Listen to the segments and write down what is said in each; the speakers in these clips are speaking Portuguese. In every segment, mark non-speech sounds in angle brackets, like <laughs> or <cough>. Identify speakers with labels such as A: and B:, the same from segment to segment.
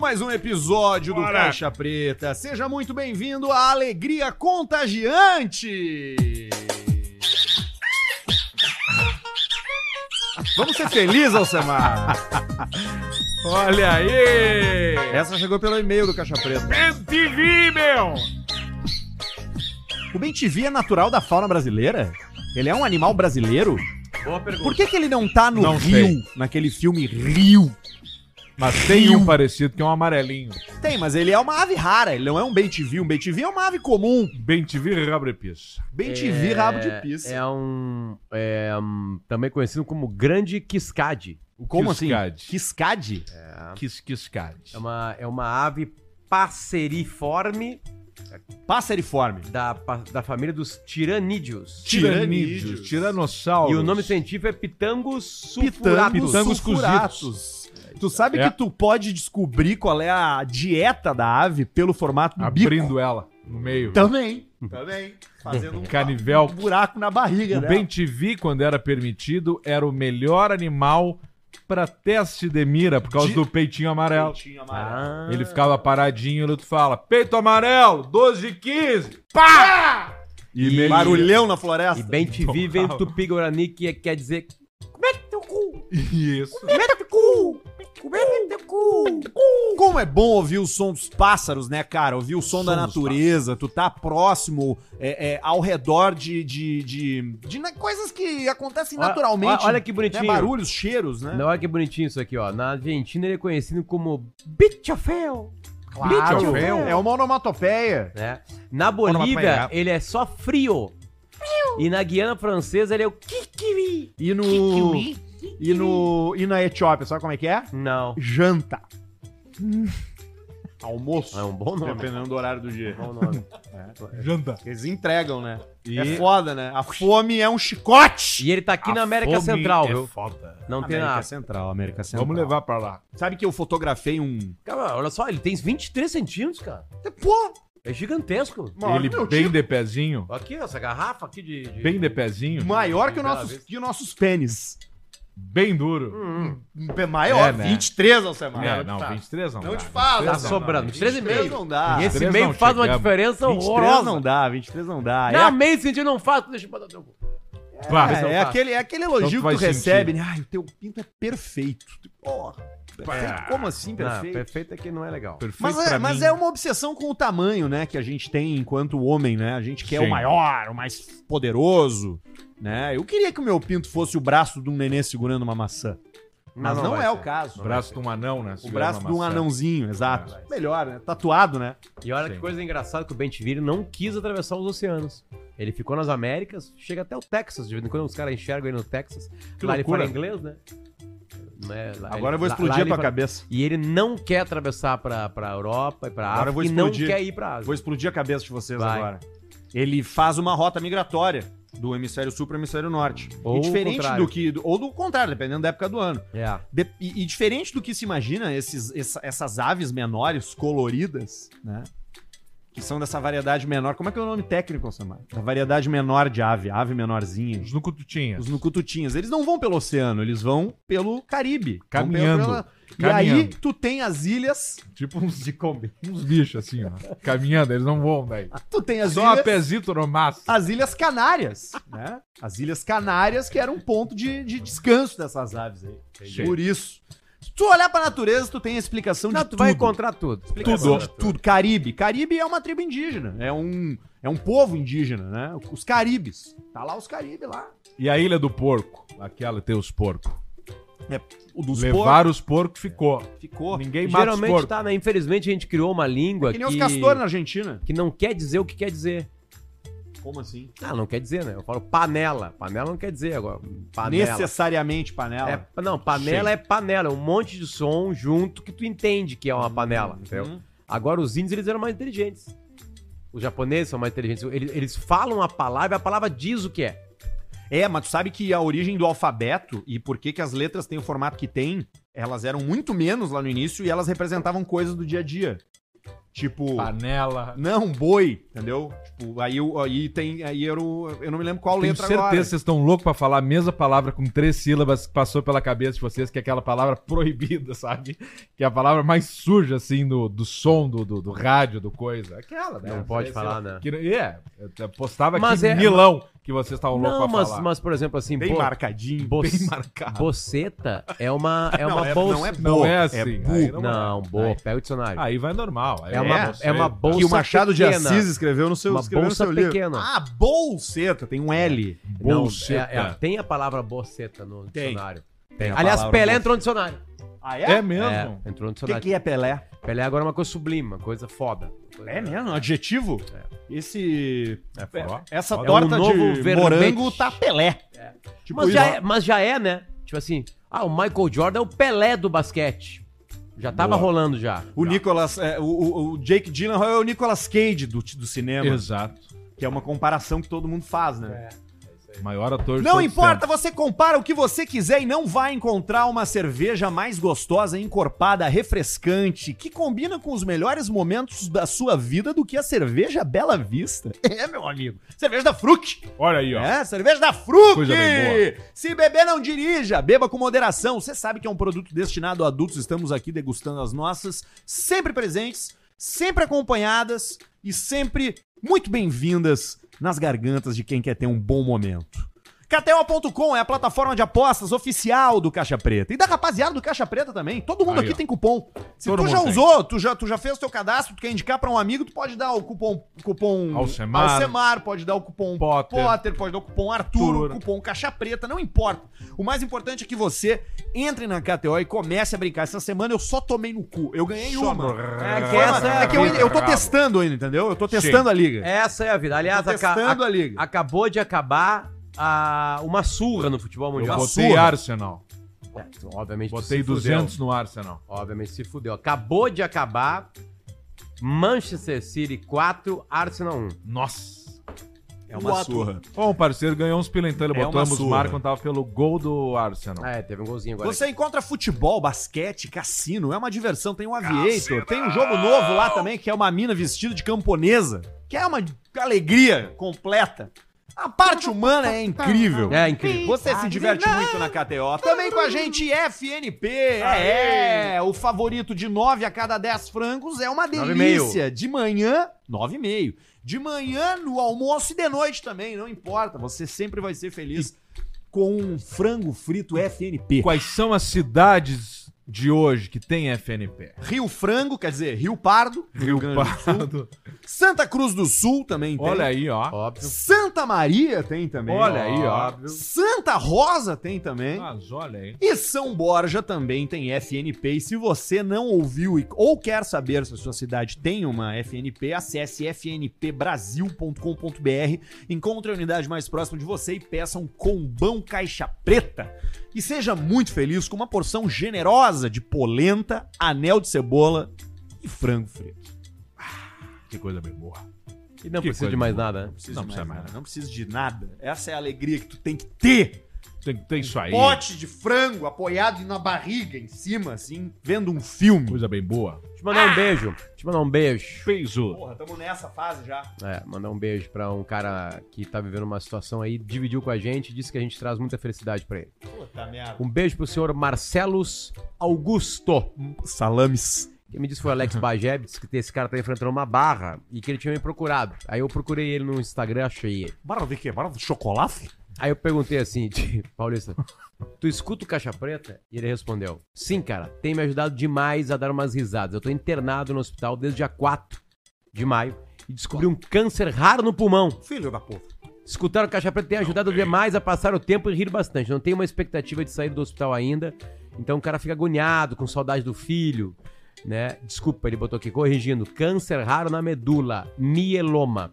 A: mais um episódio do
B: Bora.
A: Caixa Preta. Seja muito bem-vindo à Alegria Contagiante.
B: Vamos ser felizes, Alcemar. Olha aí.
A: Essa chegou pelo e-mail do Caixa Preta.
B: MTV, meu.
A: O Bentivi é natural da fauna brasileira? Ele é um animal brasileiro?
B: Boa pergunta.
A: Por que, que ele não tá no
B: Não
A: Rio,
B: sei.
A: naquele filme Rio?
B: Mas tem um parecido que é um amarelinho.
A: Tem, mas ele é uma ave rara, ele não é um Bentivi. Um Bentivi é uma ave comum.
B: Bentivi Rabrepis.
A: Bentivi, rabo de pizza.
C: É um, é um- Também conhecido como Grande Quiscade.
A: Como assim?
B: Quiscade.
A: Quiscade?
B: Quisquiscade.
C: Ah. É uma, é uma ave passeriforme
A: Passeriforme.
C: da, pa- da família dos tiranídeos.
B: Tiranídeos. Tiranossauro.
C: E o nome científico é Pitangus sulfuratus.
A: Pitangos,
B: Pitangos
A: sulfuratos. Tu sabe
B: É.
A: que tu pode descobrir qual é a dieta da ave pelo formato
C: um
A: do
B: Abrindo
A: bico?
B: ela no meio.
A: Também. Também. Fazendo um
B: Canivel.
A: buraco na barriga,
B: O
A: né?
B: Bentivi, quando era permitido, era o melhor animal pra teste de mira, por causa
A: De-
B: do peitinho amarelo.
C: Ah,
B: Ele ficava paradinho e tu fala, peito amarelo, 12 de 15,
C: Ah!
B: pá! E, meio-
A: Barulhão na floresta.
C: E bem te vi vem do Tupi Guarani, que é- quer dizer... Como é que teu cu?
B: <laughs> Isso.
C: Como é que teu cu? Como é que teu cu?
A: Como é bom ouvir o som dos pássaros, né, cara? Ouvir o som, da
B: dos
A: natureza, tu tá próximo, é, é, ao redor de, de, de, de na- coisas que acontecem
C: Olha-
A: naturalmente.
C: olha- olha que bonitinho.
A: Né, barulhos, cheiros, né?
C: Não, olha que bonitinho isso aqui, ó. Na Argentina ele é conhecido como Bichofel,
B: Claro.
A: é uma onomatopeia.
C: né? Na
B: Onomatopeia.
C: Bolívia ele é só frio. E na Guiana Francesa ele é o Kikiri.
A: E
B: Uh.
A: no, e no e na Etiópia, sabe como é que é?
C: Não.
A: Janta. <laughs> Almoço.
C: É um bom nome.
A: Dependendo do horário do dia.
C: Bom nome.
B: Janta.
A: Eles entregam, né?
B: E-
A: É foda, né? A fome é um chicote.
C: E ele tá aqui na América
B: Fome
C: Central,
B: é
C: viu?
B: foda.
C: Não tem
A: América
C: nada.
A: Central, América Central.
B: Vamos levar pra lá.
A: Sabe que eu fotografei um.
C: Cara, olha só, ele tem 23 centímetros, cara.
A: Pô!
C: É gigantesco.
B: Ele bem de pezinho,
C: Aqui, ó, essa garrafa aqui de... de-
B: bem de pezinho,
A: Maior que, o
C: Bela
A: nossos-
C: vez.
A: que os nossos pênis.
B: bem duro.
C: Hum,
A: É Maior,
B: É, né?
A: 23 ao semana.
B: É, não, 23 não
A: tá. Não
B: dá,
A: te fala,
C: tá
A: não,
C: sobrando.
A: 23
C: 23,5.
A: não dá.
C: E esse
B: Três
C: meio
B: não
C: faz uma
B: chegamos.
C: diferença
A: 23
C: horrorosa.
A: não
C: Não,
A: dá, 23 não dá. É a-
C: meio sentido não faz, deixa eu botar teu cu.
B: Pá,
A: É, é aquele, é aquele elogio
B: Então tu
A: que tu
B: vai
A: recebe, né? Ai, o teu pinto é perfeito. Porra, perfeito?
B: Pá.
A: Como assim
C: Perfeito.
A: perfeito?
C: perfeito é que não é legal.
B: Perfeito
A: Mas, é,
B: pra
A: mas
B: mim.
A: é uma obsessão com o tamanho, né? Que a gente tem enquanto homem, né? A gente quer
B: Sim.
A: o maior, o mais poderoso, né? Eu queria que o meu pinto fosse o braço de um nenê segurando uma maçã. Mas não,
C: vai
A: é
C: ser.
A: o caso.
B: O braço de um anão, né?
A: O
B: segurando
A: braço
B: uma
A: de um
B: maçã.
A: anãozinho, exato.
C: É.
A: Melhor, né? Tatuado, né?
C: E olha que
B: Sim.
C: coisa engraçada que o Bentivir não quis atravessar os oceanos. Ele ficou nas Américas, chega até o Texas, de vez em quando os caras enxergam ele no Texas.
B: Que
C: lá ele
B: loucura.
C: fala inglês, né? Né,
B: Tá,
C: lá
A: Agora
C: ele-
A: eu vou
C: lá-
A: explodir
C: lá
A: a
C: ele
A: tua
C: fala-
A: cabeça.
C: E ele não quer atravessar pra, pra Europa e pra
A: Agora eu vou
C: África e não
A: explodir.
C: quer ir pra Ásia.
A: Vou explodir a cabeça de vocês
C: Vai.
A: agora. Ele faz uma rota migratória do hemisfério sul para o hemisfério norte.
C: Ou
A: e
C: o
A: diferente
C: contrário.
A: do que. Ou do contrário, dependendo da época do ano.
C: É.
A: De- e, e diferente do que se imagina, esses, essa- essas aves menores, coloridas, né? Que são dessa variedade menor. Como é que é o nome técnico, Samar? Da variedade menor de ave, ave menorzinha.
B: Os nucututinhas.
A: Os nucututinhas. Eles não vão pelo oceano, eles vão pelo Caribe. Vão
B: Caminhando.
A: pela- E aí
B: Caminhando.
A: tu tem as ilhas.
B: Tipo uns de combi. Uns bichos
A: <laughs>
B: assim, ó. Caminhando, eles não vão daí.
A: Tu tem as
B: Só a
A: ilhas.
B: pezito no máximo.
A: As Ilhas Canárias, né? As Ilhas Canárias, que era um ponto de, de descanso dessas aves aí.
B: Entendi.
A: Por isso. Se tu olhar pra natureza, tu tem a explicação de
C: Não, Então, tu
A: tudo.
C: vai encontrar tudo.
A: tudo, de tudo. Caribe. Caribe é uma tribo indígena. É um, é um povo indígena, né? Os Caribes. Tá lá os Caribes lá.
B: E a Ilha do Porco. Aquela tem os porcos.
A: O dos
B: Levaram os porcos, ficou.
A: porcos ficou.
B: Ninguém mata os
C: Geralmente
B: porcos.
C: tá, né? Infelizmente a gente criou uma língua
A: É Que nem os né?
C: que-
A: castores na Argentina.
C: que não quer dizer o que quer dizer.
A: Como assim?
C: Ah, não quer dizer, né? Eu falo panela. Panela não quer dizer agora. Panela.
A: Necessariamente panela.
C: É, não, panela é panela. É um monte de som junto que tu entende que é uma panela. Entendeu?
A: Uhum.
C: Agora, os índios, eles eram mais inteligentes. Os japoneses são mais inteligentes. Eles, eles falam a palavra e a palavra diz o que é.
A: É, mas tu sabe que a origem do alfabeto e por que, que as letras têm o formato que tem, elas eram muito menos lá no início e elas representavam coisas do dia a dia. Tipo.
B: Panela.
A: Não, boi, entendeu? Tipo, aí, eu- aí tem. Aí era o. Eu não me lembro qual
B: Tenho
A: letra
B: certeza que
A: agora.
B: vocês estão loucos pra falar a mesma palavra com três sílabas que passou pela cabeça de vocês, que é aquela palavra proibida, <laughs> sabe? Que é a palavra mais suja, assim, do, do som, do, do, do rádio, do coisa. Aquela,
A: É,
B: né?
C: Não pode
B: Sei
C: falar,
B: lá.
C: né?
B: Que, é, eu postava
C: Mas
B: aqui
C: é-
B: em Milão que vocês
A: tá
B: estavam loucos
C: Não,
B: pra
C: mas,
B: falar.
C: mas, por exemplo, assim,
A: Bem
C: bo-
A: marcadinho.
C: bo-
B: Bem marcado.
C: boceta é uma, é
A: Não,
C: uma
A: é-
C: bolsa.
A: não é
B: Não
A: bo-
B: é
A: é
B: assim. aí
A: bu.
B: não,
C: Não,
B: é.
C: boa,
B: Aí,
C: pega o dicionário.
B: aí vai normal. aí
C: é, uma,
A: é,
B: isso
C: é uma
B: aí.
C: bolsa
A: que o Machado
C: pequena.
A: de Assis escreveu no seu,
C: Uma
A: escreveu no
C: bolsa
A: seu livro.
C: pequena.
A: Ah, bolseta, tem um L.
C: Não,
B: Bolseta.
C: é- é- tem a palavra boceta no
A: Tem.
C: dicionário.
A: Tem a
C: É. Aliás,
A: palavra
C: Pelé
A: boceta.
C: entrou no dicionário.
A: Ah,
B: É
C: É,
B: mesmo?
C: entrou no
A: O que,
C: dicionário.
A: que é Pelé?
C: Pelé agora é uma coisa sublime, uma coisa foda. Coisa-
A: É mesmo? Adjetivo? É. Esse.
B: É, foda.
A: Essa
B: Foda.
A: torta
C: um novo
A: de
C: verbete.
A: morango tá Pelé. Tipo
C: mas,
A: isso.
C: já é, mas já é, né? Tipo assim, ah, o Michael Jordan é o Pelé do basquete. Já tava
B: Boa.
C: rolando já.
A: O Nicolas, é, o- o, o Jake Gyllenhaal é o Nicolas Cage do, do cinema,
B: Exato.
A: que é uma comparação que todo mundo faz, né?
B: Maior ator de
A: Não
B: todos os
A: importa, você compara o que você quiser e não vai encontrar uma cerveja mais gostosa, encorpada, refrescante, que combina com os melhores momentos da sua vida do que a cerveja Bela Vista. <laughs> É, meu amigo. Cerveja da Fruc.
B: tempos. Olha aí, ó.
A: É, cerveja da Fruc!
B: Coisa bem
A: Se beber, não dirija. Beba com moderação. Você sabe que é um produto destinado a adultos. Estamos aqui degustando as nossas, sempre presentes, sempre acompanhadas e sempre muito bem-vindas nas gargantas de quem quer ter um bom momento. KTO.com é a plataforma de apostas oficial do Caixa Preta. E da rapaziada do Caixa Preta também. Todo mundo
B: Aí,
A: aqui
B: ó.
A: tem cupom. Se
B: Todo
A: tu já
B: mundo tem.
A: usou, tu já, tu já fez o teu cadastro, tu quer indicar pra um amigo, tu pode dar o cupom. cupom
B: Alcemar.
A: Alcemar, pode dar o cupom
B: Potter.
A: Potter, pode dar o cupom Arturo,
B: Arturo.
A: cupom Caixa Preta, não importa. O mais importante é que você entre na KTO e comece a brincar. Essa semana eu só tomei no cu. Eu ganhei
B: Chama.
A: uma.
C: É que
A: Foi uma-
C: essa é a
A: é que eu,
C: vida.
A: eu tô testando ainda, entendeu? Eu tô testando a liga.
C: Essa é a vida. Aliás,
A: Tô
C: aca-
A: testando
C: a-
A: a liga.
C: acacabou de acabar a- uma surra no futebol
B: Eu
C: mundial.
B: botei
A: surra.
B: Arsenal.
C: É, obviamente tu
B: Botei
C: se fudeu.
B: 200 no Arsenal.
C: Obviamente se fudeu. Acabou de acabar Manchester City 4, Arsenal 1.
B: Nossa.
A: É
C: Boa-
B: Bom, o parceiro ganhou uns pilentão, ele
A: É
B: botou
A: uma
B: ambos
A: surra.
B: marcam, tava pelo gol do Arsenal.
C: É, teve um golzinho agora.
A: Você encontra futebol, basquete, cassino, é uma diversão. Tem o Aviator, tem um jogo novo lá também, que é uma mina vestida de camponesa, que é uma alegria completa. A parte humana é incrível.
C: É incrível.
A: Você se diverte muito na KTO. Também com a gente, FNP. É, é, o favorito de 9 a cada 10 francos é uma
C: Nove e meio.
A: delícia. De manhã, 9,5. De manhã, no almoço e de noite também, não importa. Você sempre vai ser feliz com um frango frito FNP.
B: Quais são as cidades de hoje que tem FNP?
A: Rio Frango, quer dizer, Rio Pardo. Rio Grande do Sul.
B: Pardo.
A: Santa Cruz do Sul também tem.
B: Olha aí, ó.
C: Óbvio.
A: Santa Maria tem também.
B: Olha aí, ó.
A: Santa Rosa tem também.
B: Mas olha aí.
A: E São Borja também tem FNP. E se você não ouviu e- ou quer saber se a sua cidade tem uma FNP, acesse fnpbrasil.com.br, encontre a unidade mais próxima de você e peça um combão caixa preta. E seja muito feliz com uma porção generosa de polenta, anel de cebola e frango frito.
B: Que coisa bem boa.
C: E não
B: Que
C: precisa
B: coisa
C: de mais
B: boa.
C: nada, né?
A: precisa
B: Não
A: de
B: precisa mais nada.
A: Não precisa de nada. Essa é a alegria que tu tem que ter
B: Tem, tem isso aí.
A: pote de frango apoiado na barriga em cima, assim, vendo um filme.
B: Coisa bem boa.
C: Te mandar
A: Ah!
C: um beijo. Te mandar um beijo.
B: Peiso.
A: Porra, tamo nessa fase já.
C: É, mandar um beijo pra um cara que tá vivendo uma situação aí, dividiu com a gente, disse que a gente traz muita felicidade pra ele.
A: Puta merda.
C: Um beijo pro senhor Marcelos Augusto.
A: Salames.
C: Quem me disse foi o Alex Bagé, disse que esse cara tá enfrentando uma barra e que ele tinha me procurado. Aí eu procurei ele no Instagram, achei ele.
A: Bora ver que? Bora de chocolate?
C: Aí eu perguntei assim, de- <laughs> Paulista, tu escuta o Caixa Preta? E ele respondeu, sim, cara, tem me ajudado demais a dar umas risadas. Eu tô internado no hospital desde dia 4 de maio e descobri um câncer raro no pulmão.
A: Filho da porra.
C: Escutar o Caixa Preta tem ajudado demais a passar o tempo e rir bastante. Não tenho uma expectativa de sair do hospital ainda. Então o cara fica agoniado, com saudade do filho, né? Desculpa, ele botou aqui corrigindo. Câncer raro na medula, mieloma.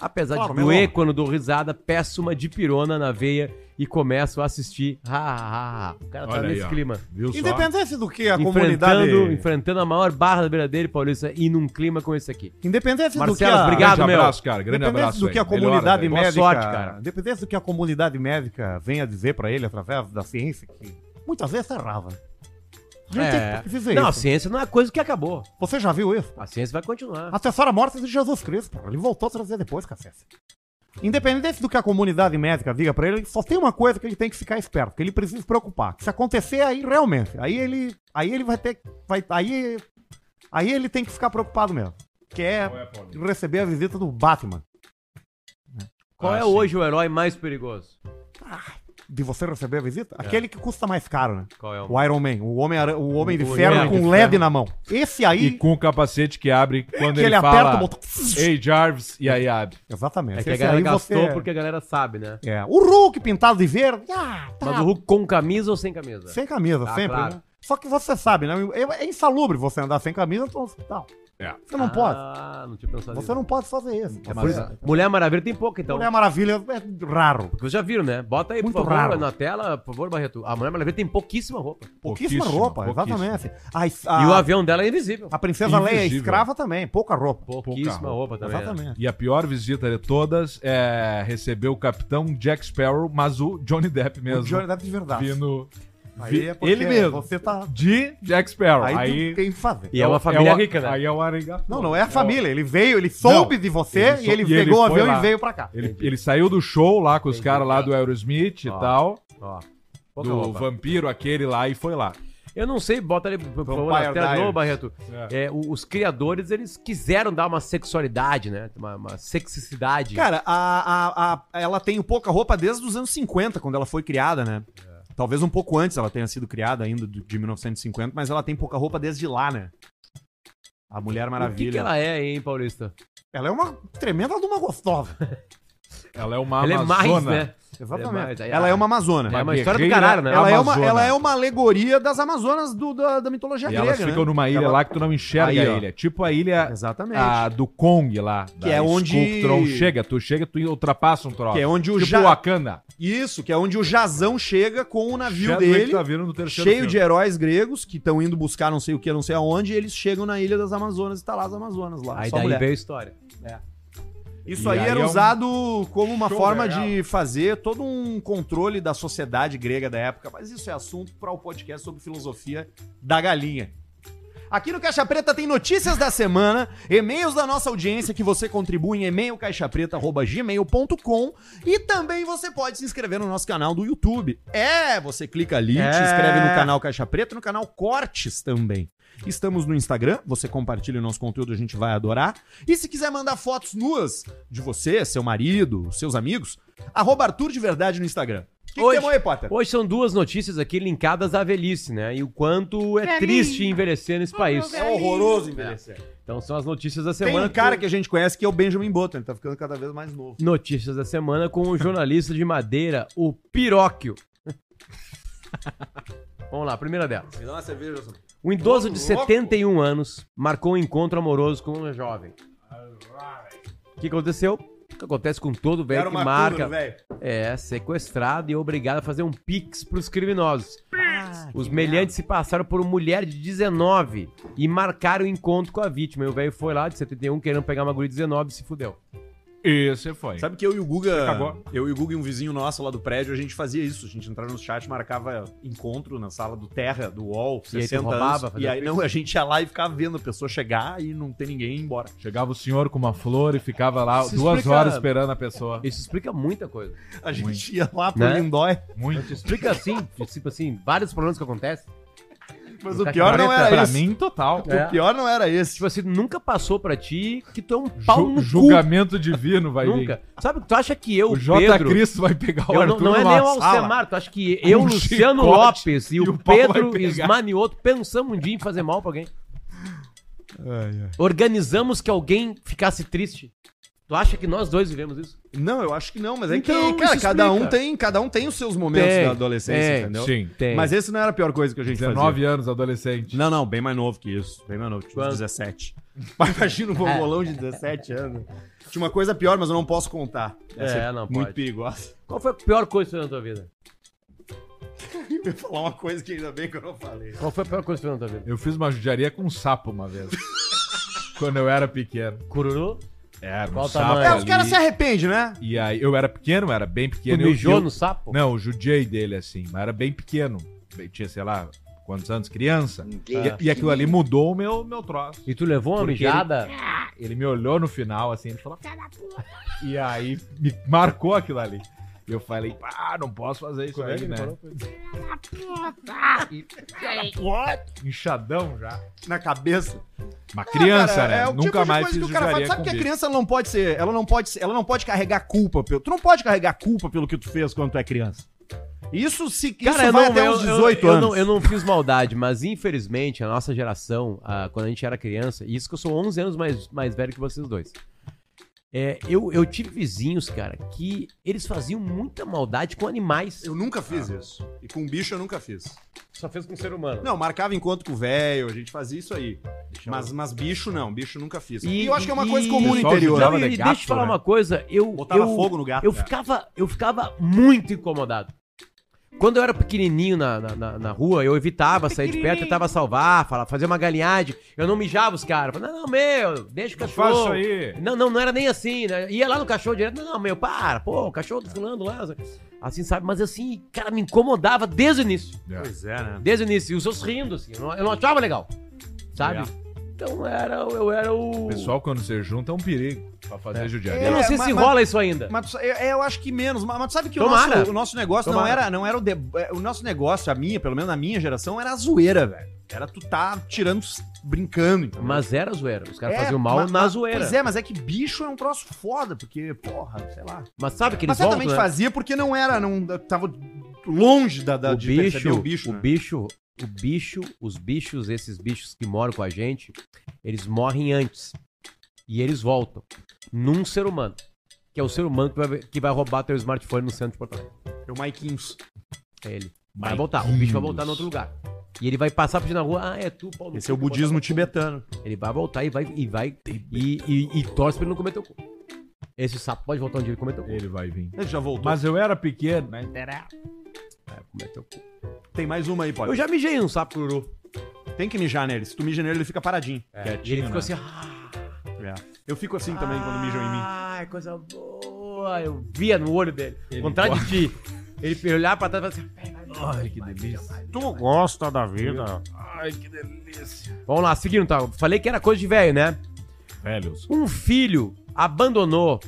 C: Apesar
A: Claro,
C: de doer
A: mieloma.
C: quando dou risada, peço uma dipirona na veia e começo a assistir. Ha, ha, ha, ha. O cara tá
B: Olha aí,
C: nesse
B: ó.
C: clima.
B: Viu só?
A: Independente do que a
C: Enfrentando,
A: comunidade.
C: enfrentando a maior barra da beira dele, Paulista, e num clima como esse aqui.
A: Independente do
C: Marcelo,
A: que a.
C: obrigado,
B: grande
C: meu.
B: abraço, cara. Grande
A: Independente
B: abraço.
A: do que a
B: aí.
A: comunidade
B: Melhoras aí.
C: Boa
A: médica,
C: sorte, cara.
A: independente do que a comunidade médica venha dizer pra ele através da ciência, que muitas vezes errava.
D: é Gente, por que fizer
C: É. Não, a
D: isso?
C: ciência não é coisa que acabou.
D: Você já viu isso?
C: A ciência vai continuar.
D: A assessora morta de Jesus Cristo, cara. Ele voltou a trazer depois, cacete. Independente do que a comunidade médica diga pra ele, só tem uma coisa que ele tem que ficar esperto, que ele precisa se preocupar. Que se acontecer, aí realmente, aí ele, aí ele vai ter, vai, aí, aí ele tem que ficar preocupado mesmo. Que é receber a visita do Batman.
C: Qual é
B: Ah, sim.
C: hoje o herói mais perigoso?
D: De você receber a visita?
C: É.
D: Aquele que custa mais caro, né?
C: Qual é o.
D: O Iron Man, o Homem, o homem de
C: O
D: Ferro
C: Homem
D: com
C: de
D: LED
C: Ferro.
D: na mão. Esse aí,
B: E com o capacete que abre quando
D: que
B: ele,
D: ele, aperta
B: fala.
D: o botão.
B: Ei, Jarvis, e aí abre.
D: Exatamente.
C: É que a
D: Esse
C: galera
D: aí
C: gastou
D: você-
C: porque a galera sabe, né?
D: É, o Hulk pintado de verde, ah, tá.
C: Mas o Hulk com camisa ou sem camisa?
D: Sem camisa,
C: Ah,
D: sempre.
C: claro.
D: né? Só que você sabe, né? É é insalubre você andar sem camisa no hospital.
B: É.
D: Você não
C: ah,
D: pode.
C: não tinha pensado
D: Você não pode fazer isso.
C: É
D: Você-
C: por isso- Mulher Maravilha tem pouca, então.
D: Mulher Maravilha é raro.
C: Porque vocês já viram, né? Bota aí,
D: Muito
C: por favor,
D: raro.
C: na tela, por favor, Barreto. A Mulher Maravilha tem pouquíssima roupa.
D: Pouquíssima
B: Pouquíssima,
D: roupa,
B: pouquíssima.
D: exatamente. A, a-
C: E o avião dela é invisível.
D: Ah. a princesa Leia é
B: Invisível.
D: escrava também, pouca roupa.
C: Pouquíssima
B: pouca
C: roupa, também. né?
D: Exatamente.
B: E a pior visita de todas é receber o capitão Jack Sparrow, mas o Johnny Depp
D: O
B: mesmo.
D: Johnny Depp de verdade.
B: vindo
D: Aí é porque
B: ele mesmo.
D: Você tá.
B: de Jack Sparrow.
D: Aí,
B: Aí,
D: tem tem que fazer.
C: E é uma família
B: o-
C: rica, né?
B: Aí é o Arenga.
D: Não, não é a família. Ele veio, ele soube de você
B: ele
D: e
B: só-
D: ele
B: e ele
D: pegou o
B: foi
D: avião
B: lá.
D: e veio pra cá.
B: Ele, ele saiu do show lá com os caras lá do Aerosmith
C: Ó.
B: e tal,
C: Ó, pouca
B: do
C: roupa.
B: vampiro aquele lá e foi lá.
C: Eu não sei, bota ali, por favor, na tela
D: Vampire
C: de novo,
D: Diaries.
C: Barreto. É, o- os criadores, eles quiseram dar uma sexualidade, né? Uma, uma sexicidade.
D: Cara, a, a, a- ela tem pouca roupa desde os anos 50, quando ela foi criada, né?
B: É.
D: Talvez um pouco antes ela tenha sido criada ainda do- de 1950, mas ela tem pouca roupa desde lá, né? A Mulher
C: O que,
D: Maravilha.
C: que
D: ela...
C: ela é, hein, Paulista?
D: é uma tremenda de uma gostosa. <laughs>
B: Ela é uma
C: ela
B: amazona.
C: é mais, né? É,
D: Exatamente.
C: mas aí-
D: ela é uma amazona.
C: É uma
B: Uma
C: história do
B: guerreira,
C: caralho, né?
D: Ela é, uma,
B: amazona.
D: ela é uma alegoria das Amazonas do- da, da mitologia
B: E
D: grega,
B: elas ficam
D: né?
B: numa ilha
D: Ela-
B: lá que tu não enxerga
D: Aí, ó.
B: a ilha. Tipo a ilha
D: Exatamente.
B: a, do Kong lá.
D: Que
B: da
D: é onde-
B: Sculptron. Chega, tu chega, tu ultrapassa um troço.
D: Que é onde o
B: tipo
D: Ja-
B: Wakanda.
D: Isso, que é onde o Jazão chega com o navio
B: Chadwick
D: dele.
B: tá vindo no terceiro
D: cheio
B: filme.
D: de heróis gregos que estão indo buscar não sei o que, não sei aonde, e eles chegam na Ilha das Amazonas e tá lá as Amazonas lá.
C: Aí
D: só
C: daí
D: mulher.
C: veio a história.
D: Isso
B: E
D: aí,
B: aí
D: era
B: é um
D: usado como uma
B: show né?
D: forma
B: legal.
D: de fazer todo um controle da sociedade grega da época, mas isso é assunto para o podcast sobre filosofia da galinha. Aqui no Caixa Preta tem notícias da semana, e-mails da nossa audiência que você contribui em e-mailcaixapreta.gmail.com e também você pode se inscrever no nosso canal do YouTube. É, você clica ali, se
C: É.
D: inscreve no canal Caixa Preta, no canal Cortes também. Estamos no Instagram, você compartilha o nosso conteúdo, a gente vai adorar. E se quiser mandar fotos nuas de você, seu marido, seus amigos, arroba Arthur de Verdade no Instagram. O que, que
C: Hoje-
D: temos aí, Potter?
C: Hoje são duas notícias aqui linkadas à velhice, né? E o quanto é triste envelhecer
D: Ah,
C: nesse país.
D: É horroroso envelhecer.
C: Então são as notícias da
D: Tem
C: semana.
D: um cara que a gente conhece que é o Benjamin Button, ele tá ficando cada vez mais novo.
C: Notícias da semana com o jornalista de Madeira, o Piróquio. <laughs> Vamos lá, primeira delas.
D: Me dá uma cerveja, só.
C: Um idoso
D: Ô,
C: de
D: louco.
C: 71 anos marcou um encontro amoroso com uma jovem. O que aconteceu? O que acontece com todo velho que marca é sequestrado e obrigado a fazer um pix pros criminosos. Os meliantes se passaram por uma mulher de 19 e marcaram o encontro com a vítima. E o velho foi lá de 71 querendo pegar uma guria de 19 e se fudeu.
B: Esse foi.
D: Sabe que eu e o Guga,
B: Acabou.
D: eu e o Guga e um vizinho nosso lá do prédio, a gente fazia isso. A gente entrava no chat, marcava encontro na sala do Terra, do
C: E
D: UOL,
C: aí tu
D: 60
C: roubava,
D: anos. E
C: fazia
D: aí, não, a gente ia lá e ficava vendo a pessoa chegar e não ter ninguém e ir embora.
B: Chegava o senhor com uma flor e ficava lá
C: Isso
B: duas
C: explica-
B: horas esperando a pessoa.
C: Isso explica muita coisa.
D: A gente ia lá pro
C: Né?
D: Lindói.
B: Muito.
C: Explica assim, <laughs> tipo assim, vários problemas que acontecem.
D: Mas
C: Tá
D: o pior não
B: Preta,
D: era
B: pra
D: isso.
B: mim, total.
C: É.
D: O pior não era esse.
C: Tipo assim, nunca passou pra ti que tu é um pau
B: Ju-
C: no
B: julgamento divino
C: cu.
B: vai vir.
C: Nunca. Sabe, tu acha que eu,
B: O J. Cristo vai pegar o
C: eu não,
B: Arthur
C: não é
B: numa
C: nem o
B: sala.
C: Alcemar, tu acha que
B: <laughs>
C: eu,
B: um
C: Luciano
B: chicote
C: Lopes e
B: e
C: o
B: o pau vai
C: Pedro
B: pegar.
C: Esmanioto pensamos um dia em fazer mal pra alguém? Organizamos que alguém ficasse triste? Tu acha que nós dois vivemos isso?
D: Não, eu acho que não, mas é
C: Então,
D: que, cara,
C: isso
D: cada um,
C: explica.
D: tem, cada um tem os seus momentos
C: Tem,
D: da adolescência,
C: tem,
D: entendeu?
B: Sim.
C: Tem.
D: Mas esse não era a pior coisa que a gente fazia.
B: 19 anos, adolescente.
D: Não, não, bem mais novo que isso. Bem mais novo, tipo,
C: Quanto?
D: 17. <laughs> Mas imagina um bongolão de 17 anos. Tinha uma coisa pior, mas eu não posso contar.
C: É, não
D: Muito
C: pode.
D: perigosa. <laughs>
C: Qual foi a pior coisa que tu fez na tua vida?
D: Eu ia falar uma coisa que ainda bem que eu não falei.
C: Qual foi a pior coisa que tu fez na tua vida?
B: Eu fiz uma judiaria com um sapo uma
C: <laughs>
B: vez. quando eu era pequeno.
C: Cururu?
B: Era um
C: Qual o
B: sapo
C: tamanho?
D: É, os
B: ali.
D: caras se arrependem, né?
B: E aí, eu era pequeno, eu era bem
C: Tu
B: pequeno. eu-
C: mijou
B: eu-
C: no sapo?
B: Não, eu judiei dele, assim, mas era bem pequeno. Bem- Tinha, sei lá, quantos anos, criança.
E: Ninguém-
B: E, e aquilo ali mudou o meu, meu troço.
C: E tu levou uma
B: Porque ele-
C: mijada?
B: Ele me olhou no final, assim, ele falou, "Filha da puta." E aí me marcou aquilo ali. E eu falei, ah, não posso fazer isso
A: é
B: aí, né? Inchadão já.
A: Na cabeça.
B: Uma criança,
A: Ah, cara,
B: né?
A: É o
B: Nunca
A: tipo de
B: mais
A: coisa
B: se
A: que o cara faz.
B: judiaria
A: Sabe
B: com
A: que a
B: bicho.
A: criança não pode ser, ela não pode, ser- ela não pode carregar culpa pelo. Tu não pode carregar culpa pelo que tu fez quando tu é criança. Isso se isso vai até os 18
C: eu,
A: anos.
C: não, eu não fiz maldade, mas infelizmente a nossa geração, ah, quando a gente era criança, e isso que eu sou 11 anos mais, mais velho que vocês dois. É, eu, eu tive vizinhos, cara, que eles faziam muita maldade com animais.
A: Eu nunca fiz isso. E com bicho eu nunca fiz.
C: Só fez com ser humano.
A: Não, marcava encontro com o velho, a gente fazia isso aí. Mas, mas bicho não, bicho nunca fiz. E, eu acho que é uma coisa comum no
B: Pessoal
A: interior.
B: judiava
C: Não,
B: de
C: e
B: gato,
C: deixa eu falar
B: né?
C: uma coisa. Eu,
A: Botava
C: eu-
A: fogo no gato.
C: Eu
A: cara.
C: ficava, eu ficava muito incomodado. Quando eu era pequenininho na, na, na- na rua, eu evitava sair de perto, tentava salvar, falar, fazer uma galinhagem. Eu não mijava os caras. Falava, não, não, meu, deixa o
B: Não
C: cachorro.
B: faz isso aí.
C: Não, não, não era nem assim, né? Ia lá no cachorro direto, não, não, meu, para, pô, o cachorro do fulano lá. Assim, sabe? Mas assim, cara, me incomodava desde o início.
A: Pois é, né?
C: Desde o início. E os outros rindo, assim. Eu não, eu não achava legal. Sabe? Então era, eu era o.
B: O pessoal, quando você junta, é um perigo pra fazer judiaria.
C: eu não
A: É,
C: sei
A: mas-
C: se
A: mas-
C: rola isso ainda.
A: Mas tu sa- eu, eu acho que menos. Mas, mas tu sabe que o
C: Tomara.
A: nosso, o nosso negócio não
C: Tomara.
A: era, não era o, de- é, o nosso negócio, a minha, pelo menos na minha geração, era a zoeira, velho. Era tu tá tirando, brincando. entendeu?
C: Mas era zoeira. Os caras
A: É,
C: faziam mal
A: mas-
C: na
A: mas-
C: zoeira.
A: Pois é, mas é que bicho é um troço foda, porque, porra, sei lá.
C: Mas sabe que eles
A: mas
C: voltam,
A: certamente
C: né?
A: fazia porque não era, não tava longe da, da
C: o bicho,
A: o
C: o bicho,
A: bicho.
C: o
A: né?
C: bicho, os bichos, esses bichos que moram com a gente, eles morrem antes. E eles voltam num ser humano. Que é o ser humano que vai, que vai roubar teu smartphone no centro de Porto Alegre.
A: É o Maiquinhos.
C: É ele. Vai voltar. O bicho vai voltar no outro lugar. E ele vai passar por ti na rua. Ah, é tu, Paulo.
A: Esse é o budismo tibetano.
C: Ele vai voltar e vai. E, vai, e, e, e torce pra ele não comer teu cu. Esse sapo pode voltar onde ele comer teu cu.
B: Ele vai vir.
A: Ele já voltou.
B: Mas eu era pequeno, né?
C: Vai comer teu cu.
A: tem mais uma aí,
C: Eu
A: pode.
C: já mijei um sapo cururu.
A: Tem que mijar nele. Se tu mija nele, ele fica paradinho.
C: E ele ficou
B: né?
C: assim, ah,
A: É. Eu fico assim também quando mijam em mim.
C: Ai, coisa boa. Eu via no olho dele. Vontade de ti. Ele olhar pra trás e falar assim, ai, que delícia.
A: Tu gosta da vida.
B: Ai, que
A: né?
B: delícia.
C: Vamos lá, seguindo, tá? Falei que era coisa de velho, né?
B: Velhos.
C: Um filho abandonou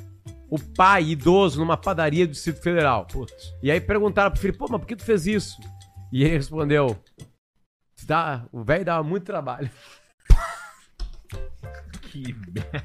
C: o pai idoso numa padaria do Distrito Federal.
B: Putz.
C: E aí perguntaram pro filho, pô, mas por que tu fez isso? E ele respondeu, "Se dá- o velho dava muito trabalho.
B: Que merda.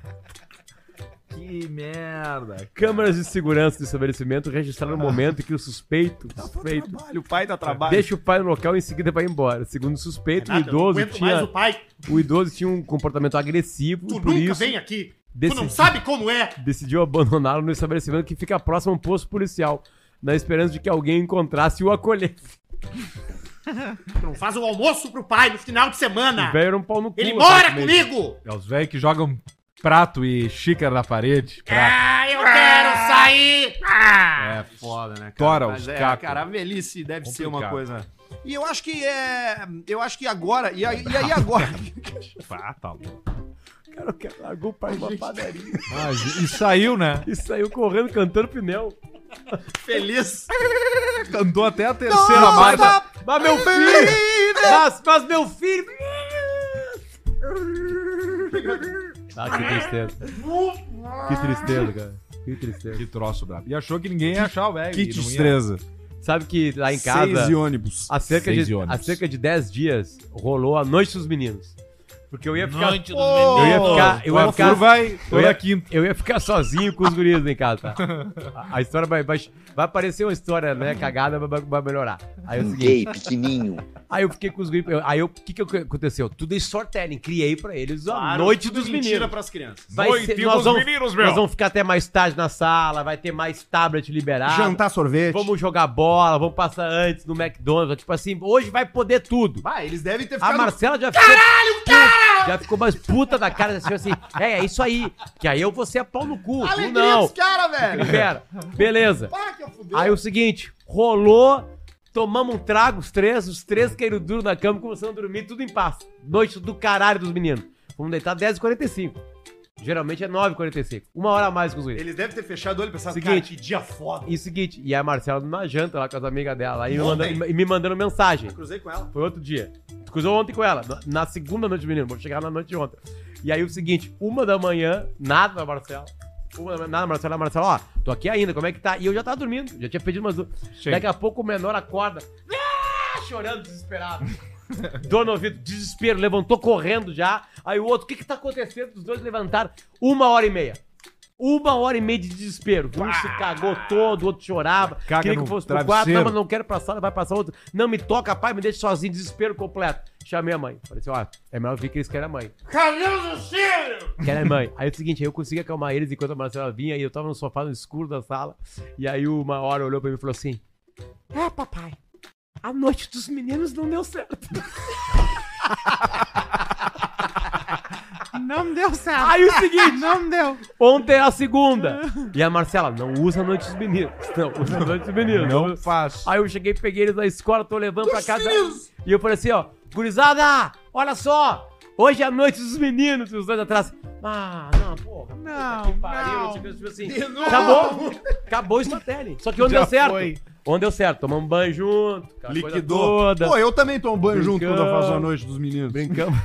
B: Que merda.
C: Câmeras de segurança do estabelecimento registraram o momento em que o suspeito,
D: um
C: suspeito
A: tá Trabalho, o pai
C: É,
A: dá trabalho.
C: Deixa o pai no local e em seguida vai embora. Segundo o suspeito, o
D: Nada, eu não
C: idoso
D: aguento
C: tinha
D: mais o pai.
C: o idoso tinha um comportamento agressivo
D: Tu
C: e por
D: nunca
C: isso
D: vem aqui.
C: decidi-
D: Tu não sabe como é.
C: decidiu abandoná-lo no estabelecimento que fica próximo a um posto policial, na esperança de que alguém encontrasse e o acolhesse.
D: Tu não faz o almoço pro pai no final de
C: O
D: semana.
C: velho era um pau no cu.
D: Tá. Ele mora
C: aparentemente.
D: comigo.
B: É os velhos que jogam prato e xícara na parede. Prato.
D: Ah, eu quero sair. Ah.
B: É,
A: Foda, né, cara?
B: Tora
A: Mas
B: os
A: é,
B: cacos.
A: cara, a velhice deve ser uma
B: Complicado.
A: coisa. E eu acho que é. Eu acho que agora. E aí, e aí <laughs> agora?
B: Ah, tá louco.
C: Cara, o cara largou o pai numa padaria
B: Mas, e saiu, né?
C: e saiu correndo cantando pneu.
A: Feliz.
B: Andou até a terceira marcha.
C: Mas meu filho! Mas, mas meu filho! Ah, que tristeza. Que tristeza, cara. Que tristeza.
B: Que troço brabo. E achou que ninguém ia achar o velho. e não ia.
C: Sabe que lá em
A: Seis
C: casa,
A: e um ônibus.
C: há cerca,
B: Seis
C: de,
B: e ônibus.
C: há cerca de 10 dias, rolou a noite dos meninos. Porque eu ia ficar.
D: Noite dos
C: Eu ia
D: meninos.
C: ficar. Eu ia
B: O Arthur
C: ficar,
B: vai
C: eu
B: toda
C: ia,
B: quinta.
C: eu ia ficar sozinho com os guris em casa, tá? A, a história vai, vai. Vai aparecer uma história, né? Cagada, mas vai, vai melhorar. Aí é o
E: Um
C: seguinte.
E: gay pequenininho.
C: Aí eu fiquei com os guris. eu- Aí o que, que eu- aconteceu? Tu dei storytelling, criei pra eles a
A: Claro,
C: noite
A: tudo
C: dos
A: mentira
C: meninos.
A: pras crianças.
C: Vai
B: Noite
C: ser-
B: dos
C: nós vamos,
B: meninos, meu.
C: Nós vamos ficar até mais tarde na sala, vai ter mais tablet liberado.
B: Ah,
A: Jantar sorvete.
C: Vamos jogar bola, vamos passar antes no McDonald's. Tipo assim, hoje vai poder tudo.
A: Bah, eles devem ter
C: A
A: ficado.
C: Marcela já ficou. Caralho, cara! Já ficou mais puta da cara assim, assim. É, é isso aí. Que aí eu vou ser pau no cu. Tu
A: Alegria
C: não.
A: dos caras, velho.
C: Pera. Beleza.
A: Pá, que eu fudeu.
C: Aí o seguinte, rolou. Tomamos um trago, os três, os três caíram duro na cama, começamos a dormir, tudo em paz. Noite do caralho dos meninos. Vamos deitar 10h45. Geralmente é 9h45. Uma hora a mais com os guris.
D: Eles devem ter fechado o olho e pensado,
C: Seguinte.
D: cara, que dia foda.
C: E seguinte, e a Marcela numa janta lá com as amigas dela, lá, e me,
D: Ontem.
C: mandando, e me mandando mensagem.
D: Cruzei com ela.
C: Foi outro dia. Tu cruzou ontem com ela, na- na segunda noite, menino. Vou chegar na noite de ontem. E aí o seguinte, uma da manhã, nada da Marcela. Uma da manhã, nada, da Marcela, a Marcela, ó, tô aqui ainda, como é que tá? E eu já tava dormindo, já tinha pedido umas duas.
B: Sim.
C: Daqui a pouco o menor acorda, ah, chorando, desesperado. <laughs> Dor no ouvido, desespero, levantou correndo já. Aí o outro, o que que tá acontecendo? Os dois levantaram, uma hora e meia. Uma hora e meia de desespero. Um se cagou todo, o outro chorava.
B: Caga
C: Queria que
B: no
C: fosse pro quarto.
B: travesseiro.
C: Não, mas não quero pra sala, vai passar outro. Não me toca, pai, me deixa sozinho, desespero completo. Chamei a mãe. Falei assim, ó, é melhor vir que eles querem a mãe.
F: Calhão do cheiro!
C: Querem a mãe. Aí é o seguinte, aí eu consegui acalmar eles enquanto a Marcela vinha e eu tava no sofá no escuro da sala. E aí uma hora olhou pra mim e falou assim: É, papai, a noite dos meninos não deu certo.
G: Não deu certo.
C: Aí o seguinte,
G: Não deu.
C: ontem é a segunda. E a Marcela, não usa a noite dos meninos. Não, usa a noite dos meninos.
B: Não faz.
C: Aí eu cheguei, peguei eles na escola, tô levando pra casa. E eu falei assim, ó, gurizada, olha só! Hoje é a noite dos meninos, e os dois atrás. Ah, não, porra. puta
G: Não,
C: que pariu,
G: não.
C: sei o que, tipo assim. Acabou, acabou isso na tele. Só que onde
B: Já
C: deu certo?
B: foi.
C: Onde deu certo? Tomamos banho junto, aquela coisa
D: Liquidou.
C: toda.
D: Pô, eu também tomo banho junto
C: Brincamos.
D: quando eu faço a noite dos meninos.
C: Brincamos.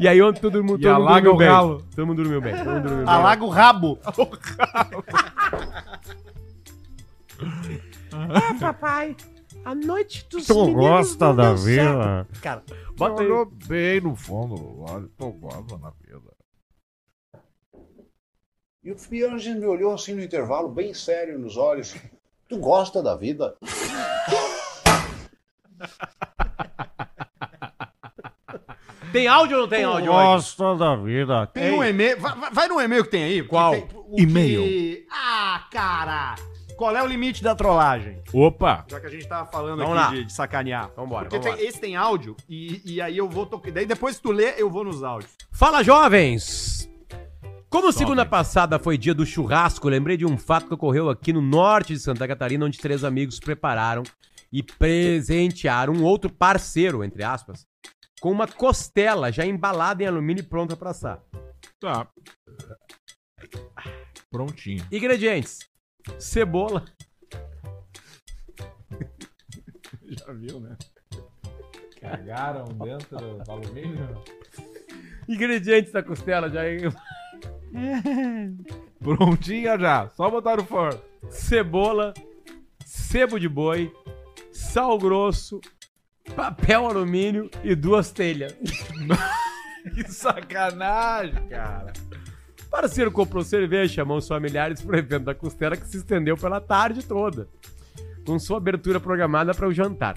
C: e aí ontem todo mundo,
B: E
C: todo mundo
B: alaga
C: dormiu
B: o
C: bem.
B: galo.
C: Todo mundo dormiu bem, todo mundo dormiu bem.
D: Alaga o rabo.
C: <laughs> papai. A noite dos
D: Tu meninos gosta não da deu vida?
C: Cara, bota aí.
B: Olhou bem no fundo do olho, tô guava na vida.
H: E o Fianges me olhou assim no intervalo, bem sério nos olhos. Tu gosta da vida?
C: Tem áudio ou não tem áudio? hoje?
D: da vida. Tem um e-mail. Vai, vai- vai num e-mail que tem aí.
C: Qual?
D: Que tem- o que-
B: E-mail.
D: Ah, cara! Qual é o limite da trollagem?
B: Opa!
D: Já que a gente tava falando
C: Vamos
D: aqui
C: lá.
D: de, de sacanear.
C: Vambora,
D: Porque tem-
C: vambora.
D: esse tem áudio e, e aí eu vou tocar. Daí depois que tu lê, eu vou nos áudios.
C: Fala, jovens! Como segunda passada foi dia do churrasco, lembrei de um fato que ocorreu aqui no norte de Santa Catarina, onde três amigos prepararam e presentearam um outro parceiro, entre aspas, com uma costela já embalada em alumínio e pronta para assar.
B: Tá. Prontinho.
C: Ingredientes: cebola, <laughs>
B: Já viu, né? Cagaram dentro do alumínio?
C: ingredientes da costela já
B: Prontinha já, só botar no forno.
C: cebola, sebo de boi, sal grosso, papel alumínio e duas telhas.
B: Que sacanagem, cara.
C: O parceiro comprou cerveja, chamou os familiares pro evento da costela que se estendeu pela tarde toda, com sua abertura programada para o jantar.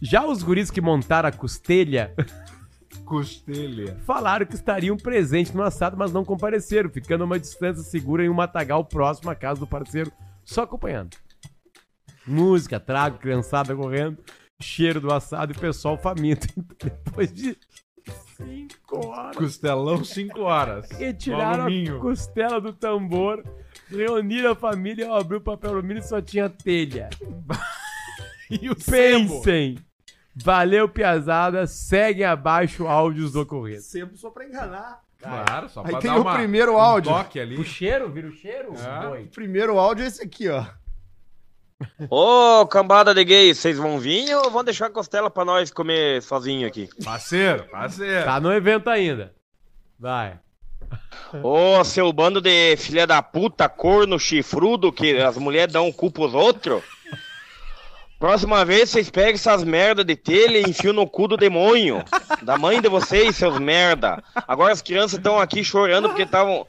C: Já os guris que montaram a costelha
B: Costelha.
C: falaram que estariam presentes no assado, mas não compareceram, ficando a uma distância segura em um matagal próximo à casa do parceiro, só acompanhando. Música, trago, criançada correndo, cheiro do assado e pessoal faminto. <laughs> Depois de cinco horas.
B: Costelão 5 horas.
C: E
B: No
C: tiraram a
B: alumínio.
C: costela do tambor, reuniram a família, eu abri o papel alumínio e só tinha telha.
B: <laughs> E o sebo?
C: Pensem! Valeu, piazada. Seguem abaixo áudios do ocorrido.
D: Sempre só pra enganar.
B: Claro, só
D: Aí
B: pra
D: tem
B: dar
D: o
B: uma-
D: primeiro
B: um
D: áudio.
B: toque ali.
C: cheiro? Vira o
D: É.
C: cheiro?
B: Ah.
D: O primeiro áudio é esse aqui, ó.
I: Ô, cambada de gay, vocês vão vir ou vão deixar a costela pra nós comer sozinho aqui?
B: Parceiro, parceiro.
C: Tá no evento ainda. Vai.
I: Ô, seu bando de filha da puta, corno, chifrudo, que as mulheres dão um cu pros outros. Próxima vez vocês pegam essas merda de telha e enfiam no cu do demônio. Da mãe de vocês, seus merda. Agora as crianças estão aqui chorando porque estavam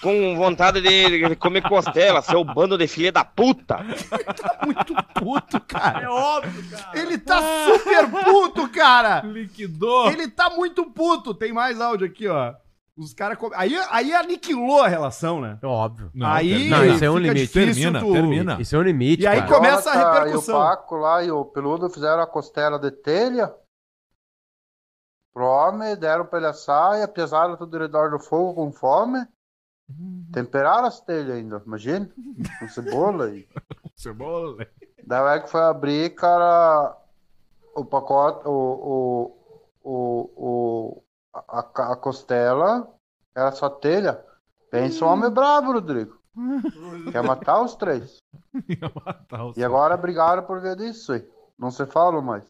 I: com vontade de comer costela, seu bando de filha da puta.
D: Muito puto, cara.
C: óbvio, cara.
D: Ele tá super puto, cara.
B: Liquidou.
D: Ele tá muito puto. Tem mais áudio aqui, ó. Os caras. com- Aí, aí aniquilou a relação, né?
C: É óbvio.
D: aí
C: Não, isso é um
D: fica
C: limite.
D: difícil
B: Termina,
D: tu-
B: termina.
C: Isso é um limite,
D: E aí
C: cara.
D: começa a
J: Jonathan
D: repercussão.
J: E o Paco lá e o Peludo fizeram a costela de telha. Pro homem, deram pra ele assar e apesaram tudo ao redor do fogo com fome. Temperaram as telhas ainda, imagina. Com cebola e.
B: Cebola.
J: Daí o que foi abrir, cara, o pacote, o, o, o, o, a, a- a costela
K: Era só telha? Pensa um homem brabo, Rodrigo. Quer matar os três.
B: Ia matar o
K: E agora brigaram por ver disso aí. Não se falam mais.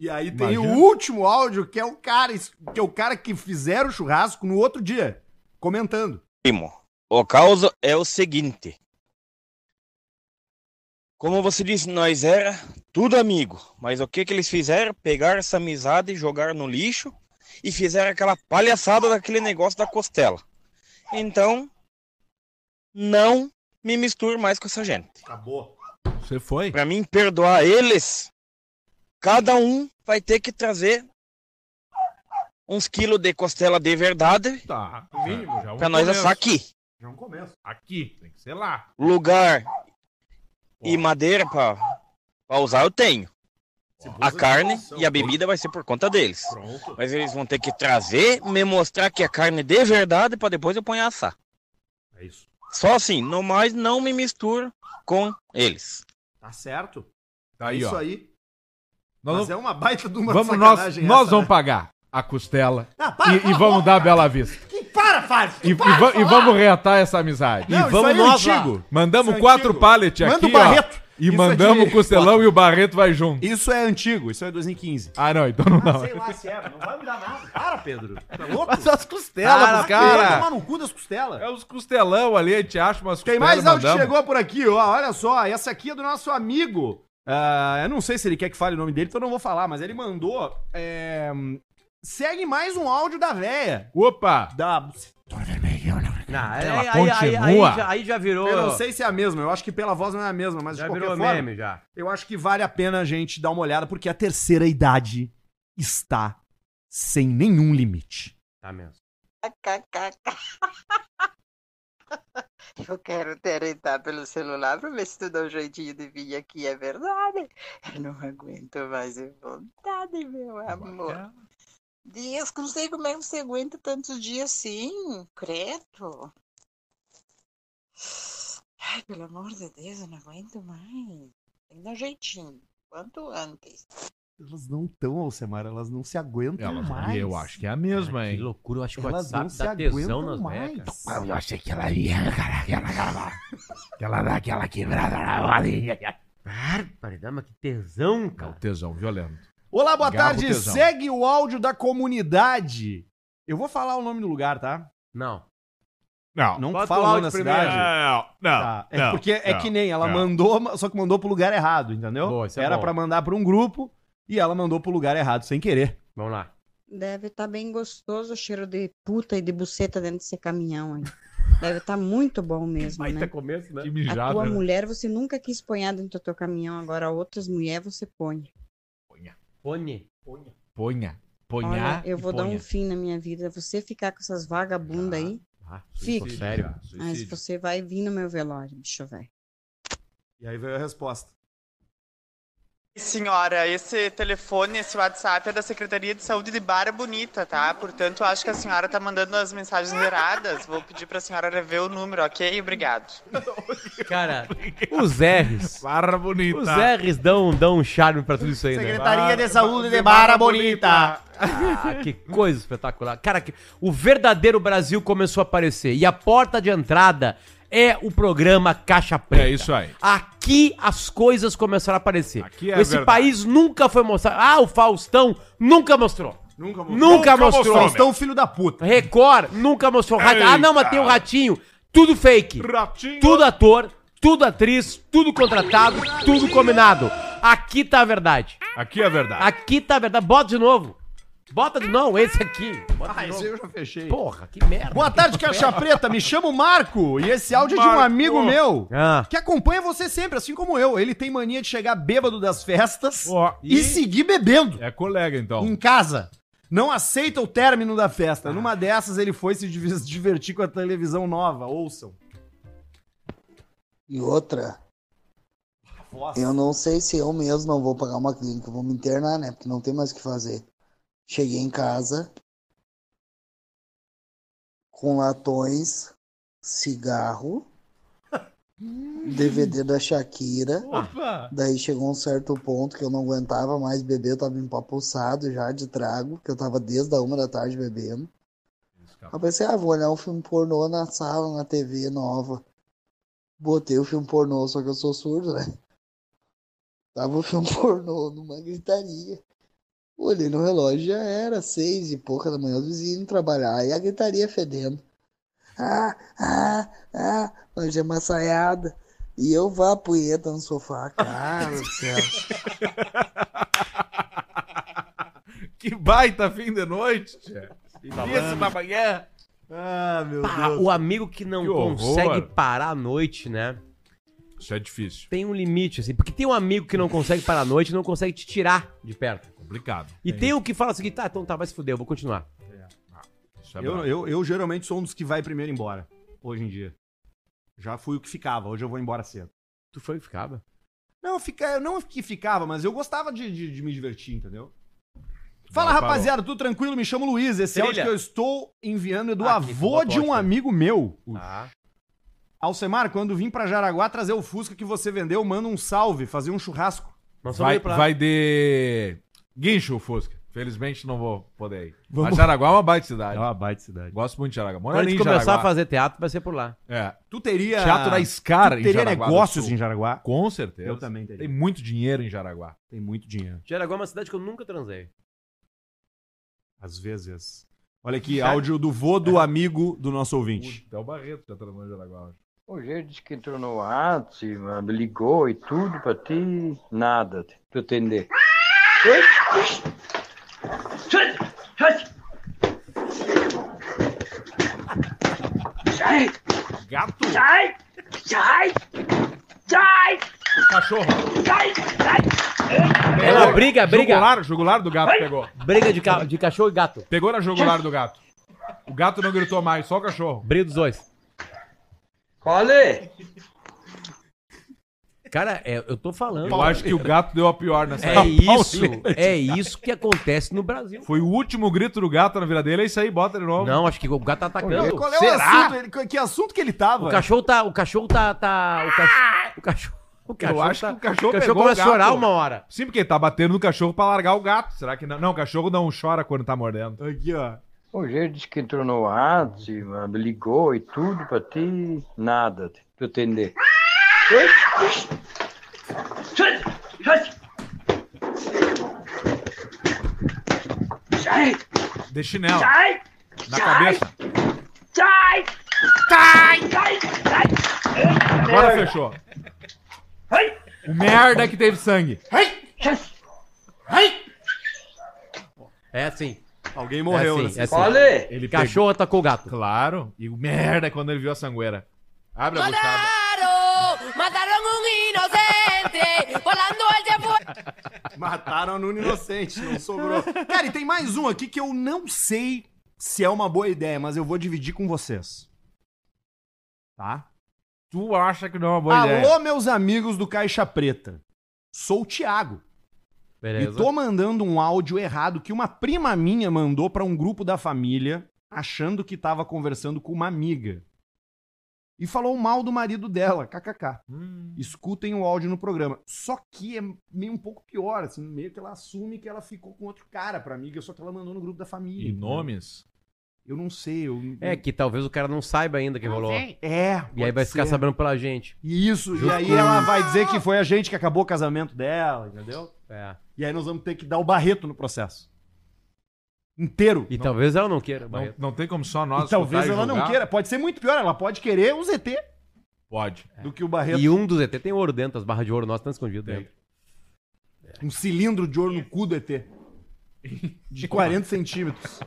D: E aí tem
B: Imagina.
D: o último áudio, que é o cara, que é o cara que fizeram o churrasco no outro dia, comentando.
I: Primo, o caso é o seguinte. Como você disse, nós era tudo amigo. Mas o que que eles fizeram? Pegaram essa amizade e jogaram no lixo e fizeram aquela palhaçada daquele negócio da costela. Então, não me misturo mais com essa gente.
L: Acabou.
B: Você foi?
I: Pra mim perdoar eles, cada um vai ter que trazer uns quilos de costela de verdade
B: Tá. no Mínimo, já é um
I: pra nós
B: começo.
I: assar aqui.
B: Já é um começo. Aqui, tem que ser lá.
I: Lugar e madeira pra, pra usar eu tenho. A carne e a bebida vai ser por conta deles.
B: Pronto.
I: Mas eles vão ter que trazer, me mostrar que é carne de verdade pra depois eu pôr em assar.
B: É isso.
I: Só assim, no mais não me misturo com eles.
D: Tá certo?
B: Tá aí,
D: é isso
B: ó.
D: aí.
B: Nós
D: Mas
B: vamos,
D: é uma baita de uma
B: vamos nós,
D: sacanagem
B: nós
D: essa,
B: vamos
D: né?
B: pagar a costela
D: Ah, para,
B: e, e
D: para,
B: vamos dar a bela vista.
L: Que para, Fábio!
B: E,
L: Que
B: e
L: para de
B: va- e
L: falar!
B: vamos reatar essa amizade.
D: Não,
B: E
D: isso aí
B: vamos
D: é
B: nós lá.
D: antigo.
B: Mandamos
D: Isso é
B: quatro
D: antigo.
B: pallets aqui,
D: Manda o
B: ó,
D: Barreto.
B: E
D: Isso é
B: mandamos
D: de-
B: o costelão e o Barreto vai junto.
D: Isso é antigo, isso é 2015.
B: Ah, não, então não dá.
L: Sei lá se
D: é,
L: era, não vai mudar nada.
D: Para, Pedro. Tá louco?
B: as costelas
D: Pedro, vai tomar no cu das costelas.
B: É os costelão ali, a gente acha umas
D: Tem
B: costelas.
D: mais
B: e
D: áudio que
B: mandamos.
D: chegou por aqui, ó. Olha só, essa aqui é do nosso amigo. Ah, eu não sei se ele quer que fale o nome dele, então eu não vou falar, mas ele mandou. é, Segue mais um áudio da véia.
B: Opa!
D: Da.
C: Não, aí,
B: Ela
C: aí, aí, aí, aí
B: continua.
C: já, aí já virou.
D: Eu não sei se é a mesma, eu acho que pela voz não é a mesma, mas
C: já
D: de qualquer
C: virou
D: forma,
C: meme já.
D: eu acho que vale a pena a gente dar uma olhada, porque a terceira idade está sem nenhum limite.
C: Tá mesmo.
E: <laughs> Eu quero tentar pelo celular para ver se tu dá um jeitinho de vir aqui, é verdade? Eu não aguento mais de vontade, meu amor. Dias, que não sei como é que você aguenta tantos dias assim, credo. Ai, pelo amor de Deus, eu não aguento mais. Tem que dar um jeitinho, quanto antes.
D: Elas não estão, Alcemar, elas não se aguentam
B: Ela-
D: mais.
B: eu acho que é a mesma,
C: Cara, que
B: hein?
C: loucura, eu acho que o
D: elas não
C: WhatsApp
D: se
C: dá tesão nas
D: aguentam
C: velhas.
D: mais.
C: cara.
A: Eu achei que ela ia, cara, aquela, aquela, aquela, dá aquela quebrada na bolinha.
C: Barbaridade, mas que tesão,
B: É o
C: cara.
B: tesão violento.
D: Olá, boa
B: Garro
D: tarde.
B: tesão.
D: Segue o áudio da comunidade. Eu vou falar o nome do lugar, tá?
C: Não.
B: Não.
D: Não
C: Bota
D: fala
C: o
D: o nome
C: áudio
D: da
C: primeiro.
D: cidade. Tá. É porque é
B: não,
D: que nem ela
B: não.
D: mandou, só que mandou pro lugar errado, entendeu?
C: Boa, isso é
D: Era
C: bom.
D: pra mandar pra um grupo e ela mandou pro lugar errado sem querer.
C: Vamos lá.
E: Deve estar bem gostoso o cheiro de puta e de buceta dentro desse caminhão aí. Deve estar muito bom mesmo,
C: Vai
E: né?
C: ter começo, né?
B: Que
E: A tua
B: mijada. tá né?
E: mulher você nunca quis ponhar dentro do teu caminhão, agora outras mulheres você põe.
C: Pone.
B: Ponha.
E: Olha,
B: Ponhar.
E: eu
B: e
E: vou dar
B: ponha.
E: um fim na minha vida. Você ficar com essas vagabundas aí,
C: Ah,
E: Fique.
C: suicídio, Sério.
B: cara,
E: mas
B: suicídio.
E: você vai vir no meu velório, bicho velho.
D: E aí veio a resposta.
M: Senhora, esse telefone, esse WhatsApp é da Secretaria de Saúde de Barra Bonita, tá? Portanto, acho que a senhora tá mandando as mensagens erradas. Vou pedir pra senhora rever o número, ok? Obrigado.
C: Cara, os R's.
D: Tá.
B: Barra bonita.
C: Os R's dão, dão um charme pra tudo isso aí, né?
L: Secretaria de Saúde de Barra Bonita.
C: Ah, que coisa espetacular. Cara, que- o verdadeiro Brasil começou a aparecer. E a porta de entrada é o programa Caixa Preta.
B: É isso aí.
C: Aqui as coisas começaram a aparecer.
B: Aqui é
C: Esse
B: verdade.
C: país nunca foi mostrado. Ah, o Faustão nunca mostrou.
D: Nunca
C: Nunca mostrou.
D: Faustão,
B: Então,
D: filho da puta.
C: Record nunca mostrou. Ra- Ah, não, mas tem o Ratinho. Tudo fake.
B: Ratinho.
C: Tudo ator, tudo atriz, tudo contratado, tudo combinado. Aqui tá a verdade.
B: Aqui é verdade.
C: Aqui tá a verdade. Bota de novo. Bota de novo. Esse aqui. Bota de
D: Ah,
C: novo.
D: esse eu já fechei.
C: Porra, que merda.
D: Boa tarde, Caixa Preta. Me chamo Marco e esse áudio é de um
B: Marco.
D: amigo meu.
C: Ah,
D: Que acompanha você sempre, assim como eu. Ele tem mania de chegar bêbado das festas
B: Ó,
D: e...
B: e-
D: seguir bebendo
B: É colega, então.
D: em casa. Não aceita o término da festa.
B: Ah.
D: Numa dessas, ele foi se div- divertir com a televisão nova. Ouçam.
J: E outra, eu não sei se eu mesmo não vou pagar uma clínica, eu vou me internar, né? Porque não tem mais o que fazer. Cheguei em casa com latões, cigarro, DVD da Shakira.
B: Opa!
J: Daí chegou um certo ponto que eu não aguentava mais beber, eu tava empapuçado já de trago, que eu tava desde a uma da tarde bebendo. Aí eu pensei, ah, vou olhar um filme pornô na sala, na TV nova. Botei o filme pornô, só que eu sou surdo, né? Tava o filme <laughs> pornô numa gritaria. Olhei no relógio, já era seis e pouca da manhã, os vizinhos indo trabalhar. E a gritaria fedendo. Ah, ah, ah, hoje é maçaiada. E eu vá a punheta no
N: <laughs>
J: sofá, cara do céu.
B: Que baita fim de noite, tia.
C: Isso pra
B: amanhã.
A: Ah, meu
C: Pá,
B: Deus.
C: o amigo que não
B: Que horror.
C: consegue parar à noite, né?
B: Isso é difícil.
C: Tem um limite, assim. Porque tem um amigo que não consegue parar à noite e não consegue te tirar de perto.
B: Complicado.
C: E tem, o que fala assim, tá, então tá, vai se fuder, eu vou continuar.
B: é
C: Tá
A: eu,
B: brabo.
A: eu, eu geralmente sou um dos que vai primeiro embora, hoje em dia. Já fui o que ficava, hoje eu vou embora cedo.
C: Tu foi o que ficava?
A: Não, eu fica,
D: É,
A: eu não que ficava, mas eu gostava de, de- de me divertir, entendeu? Fala,
B: Agora parou.
A: rapaziada, tudo tranquilo? Me chamo Luiz. Esse
B: Trilha.
A: áudio que eu estou enviando é do
B: Ah,
A: avô
B: que
A: de um
B: fototóxico.
A: amigo meu.
C: Ah.
A: Alcemar, quando vim pra Jaraguá trazer o Fusca que você vendeu, manda um salve, fazer um churrasco.
B: Vai, vai de guincho o Fusca. Felizmente não vou poder ir.
A: Vamos.
B: Mas Jaraguá é uma baita cidade. É
A: uma baita cidade.
B: Gosto muito de Jaraguá. Mora
C: Quando a
B: ali
C: gente
B: em
C: começar
B: Jaraguá.
C: a fazer teatro, vai ser por lá.
B: É.
A: Tu teria...
B: Teatro da Scar
A: tu
B: em
A: teria
B: Jaraguá do
A: negócios
B: Sul.
A: em Jaraguá?
B: Com certeza.
A: Eu também teria.
B: Tem muito dinheiro em Jaraguá.
A: Tem muito dinheiro.
C: Jaraguá é uma cidade que eu nunca transei.
A: Às vezes. Olha aqui, áudio do vô
B: <laughs>
A: do amigo do nosso ouvinte.
B: Até o Barreto já transou em Jaraguá. hoje.
N: O Jair disse que entrou no ar, se mano, ligou e tudo pra ti, nada, tu entender. Oi? Chute!
O: Sai!
C: <laughs>
B: Gato!
O: Sai! Sai! Sai!
B: Cachorro!
O: Sai! Sai!
C: É uma briga, briga.
B: Jugular, jugular do gato pegou.
C: Briga de, ca- de cachorro e gato.
B: Pegou na jugular do gato. O gato não gritou mais, só o cachorro.
C: Briga dos dois.
N: Olha!
C: Cara, é, eu tô falando.
B: Eu acho que o tá gato deu a pior nessa
C: É isso,
B: Pauleira.
C: é isso que acontece no Brasil.
B: Foi o último grito do gato na vida dele, é isso aí, bota de novo.
C: Não, acho que o gato tá atacando.
A: Qual é
C: Será?
A: o assunto? Ele- que assunto que ele tava?
C: O cachorro tá. O cachorro tá. tá- o, cachorro, o cachorro. O cachorro.
B: Ah! eu acho
C: tá-
B: que o cachorro,
C: cachorro começa a chorar uma hora.
B: Sim, porque ele tá batendo no cachorro pra largar o gato. Será que não? Não, o cachorro não chora quando tá mordendo.
A: Aqui, ó.
N: O Jair disse que entrou no ar, se mano, ligou e tudo pra ti, nada, tu entender. Oi? Chute! Chute!
O: Sai!
B: De chinelo.
O: Sai!
B: Na cabeça.
O: Sai! Sai! Sai! Sai!
B: Agora fechou. O merda que teve sangue.
C: É assim.
A: Alguém
B: morreu,
C: é assim,
B: né?
C: é assim.
B: Olê!
C: Ele cachorro atacou o gato.
B: Claro. E o merda é quando ele viu a sangueira. Abre a buchada.
O: Mataron, mataron un inocente, volando él se fue.
A: Mataram no inocente, não sobrou. <laughs> Cara, e tem mais um aqui que eu não sei se é uma boa ideia, mas eu vou dividir com vocês. Tá?
B: Tu acha que não é uma boa
A: Alô,
B: ideia.
A: meus amigos do Caixa Preta. Sou o Thiago.
B: É,
A: E tô mandando um áudio errado que uma prima minha mandou pra um grupo da família, achando que tava conversando com uma amiga. E falou mal do marido dela, kkk.
C: Hum.
A: Escutem o áudio no programa. Só que é meio um pouco pior, assim, meio que ela assume que ela ficou com outro cara pra amiga, só que ela mandou no grupo da família.
B: E nomes?
A: Eu não sei, eu...
C: É que talvez o cara não saiba ainda que rolou.
A: sei. É,
C: E aí
A: pode
C: vai ficar
A: ser.
C: sabendo pela gente.
A: Isso, e
C: Justo.
A: aí ela vai dizer que foi a gente que acabou o casamento dela, entendeu?
C: É.
A: E aí nós vamos ter que dar o barreto no processo. Inteiro.
C: E talvez ela não queira.
B: Não,
C: Barreto.
B: não tem como só
A: E
B: nós.
A: talvez
B: escutar e
A: ela não
B: julgar?
A: queira. Pode ser muito pior, ela pode querer um ZT
B: Pode.
A: do que o barreto.
C: E um dos ET tem ouro dentro, as barras de ouro nossas estão escondidas
B: Tem.
C: dentro.
A: Um cilindro de ouro no cu do ET. De 40 centímetros.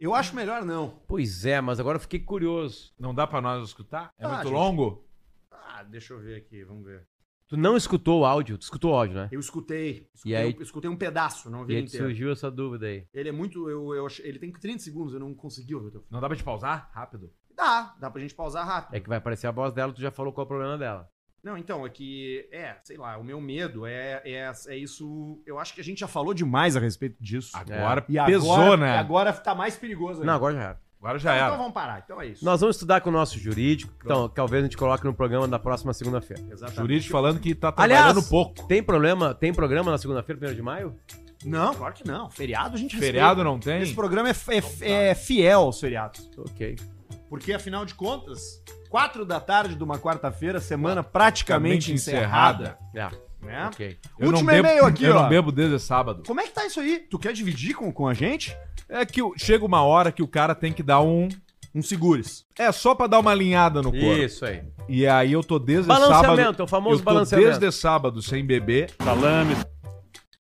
A: Eu acho melhor não.
C: Pois é, mas agora eu fiquei curioso.
B: Não dá pra nós escutar? É
A: Ah,
B: muito
A: gente.
B: longo?
A: Ah, deixa eu ver aqui, vamos ver.
C: Tu não escutou o áudio? Tu escutou o áudio, né?
A: Eu escutei. escutei
C: E aí-
A: um- escutei um pedaço, não
C: E
A: vi
C: aí
A: ele
C: te
A: inteiro.
C: surgiu essa dúvida aí.
A: Ele é muito. Eu, eu ach- ele tem 30 segundos, eu não consegui ouvir o teu.
B: Não dá pra te pausar? Rápido.
A: Dá, dá pra gente pausar rápido.
C: É que vai aparecer a voz dela, tu já falou qual é o problema dela.
A: Não, então, é que, é, sei lá, o meu medo é, é, é isso. Eu acho que a gente já falou demais a respeito disso.
B: Agora
A: É. E
B: pesou,
A: agora,
B: né?
A: e agora tá mais perigoso
C: Não, agora já era.
B: Agora já
A: já então
B: era.
A: vamos parar, então é isso.
C: Nós vamos estudar com o nosso jurídico, então talvez a gente coloque no programa da próxima segunda-feira.
A: Exatamente.
B: Jurídico falando que tá trabalhando
C: Aliás,
B: pouco.
C: tem problema, tem programa na segunda-feira, 1 de maio?
D: Não, claro que não. Feriado a gente
B: Feriado não tem?
D: Esse programa é, f- é f- é fiel aos feriados.
C: Ok.
D: Porque, afinal de contas, quatro da tarde de uma quarta-feira, semana praticamente
B: Praticamente
D: encerrada.
C: É.
D: Né?
C: Ok.
B: Eu não
D: Último
B: bebo-
D: e-mail aqui,
B: eu
D: ó.
B: não bebo desde sábado.
D: Como é que tá isso aí? Tu quer dividir com, com a gente?
B: É que o- chega uma hora que o cara tem que dar um.
D: Um segures.
B: É, só pra dar uma alinhada no corpo.
C: Isso aí.
B: E aí eu tô desde
C: Balanceamento, é
B: sábado.
C: o famoso
B: eu tô
C: balanceamento.
B: Desde sábado sem beber. Salame.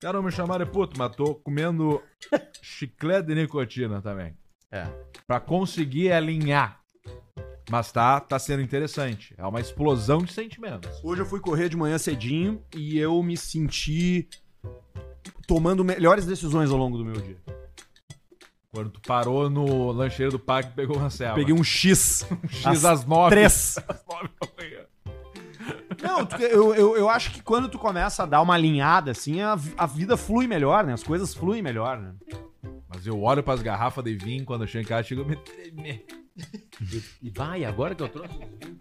B: Cara, me chamaram de puto, mas tô comendo
C: <laughs>
B: chiclete de nicotina também.
C: É.
B: Pra conseguir alinhar. Mas tá, tá sendo interessante. É uma explosão de sentimentos.
D: Hoje eu fui correr de manhã cedinho e eu me senti tomando melhores decisões ao longo do meu dia.
B: Quando tu parou no lancheiro do parque e pegou uma cela.
D: Peguei um <laughs> X.
B: Um X às nove.
D: Três.
B: Às nove da manhã.
D: Não, tu- eu, eu, eu acho que quando tu começa a dar uma alinhada, assim, a, vi- a vida flui melhor, né? As coisas fluem melhor, né?
B: Mas eu olho pras garrafas de vinho quando eu chego em casa, chego a me tremer.
C: E vai, agora que eu trouxe. um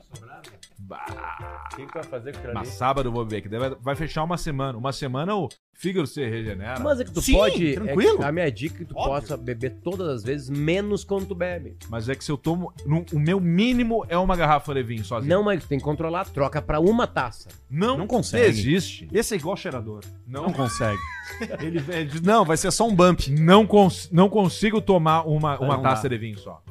B: Bah.
C: O que, que tu vai fazer com aquilo
B: Mas sábado eu vou beber, que daí vai- vai fechar uma semana. Uma semana o fígado se regenera.
C: Mas é que tu
B: Sim,
C: pode. é
B: tranquilo.
C: que a minha dica é que tu possa beber todas as vezes, menos quando tu bebe.
B: Mas é que se eu tomo. no- o meu mínimo é uma garrafa de vinho sozinho.
C: Não, mas tu tem que controlar, troca pra uma taça.
B: Não,
D: Não consegue.
B: Existe.
D: Esse é igual cheirador.
B: Não,
D: consegue. Ele, ele diz, não, vai ser só um bump.
B: Não, cons- não consigo tomar uma, uma
D: Não
B: taça
D: dá.
B: de vinho só.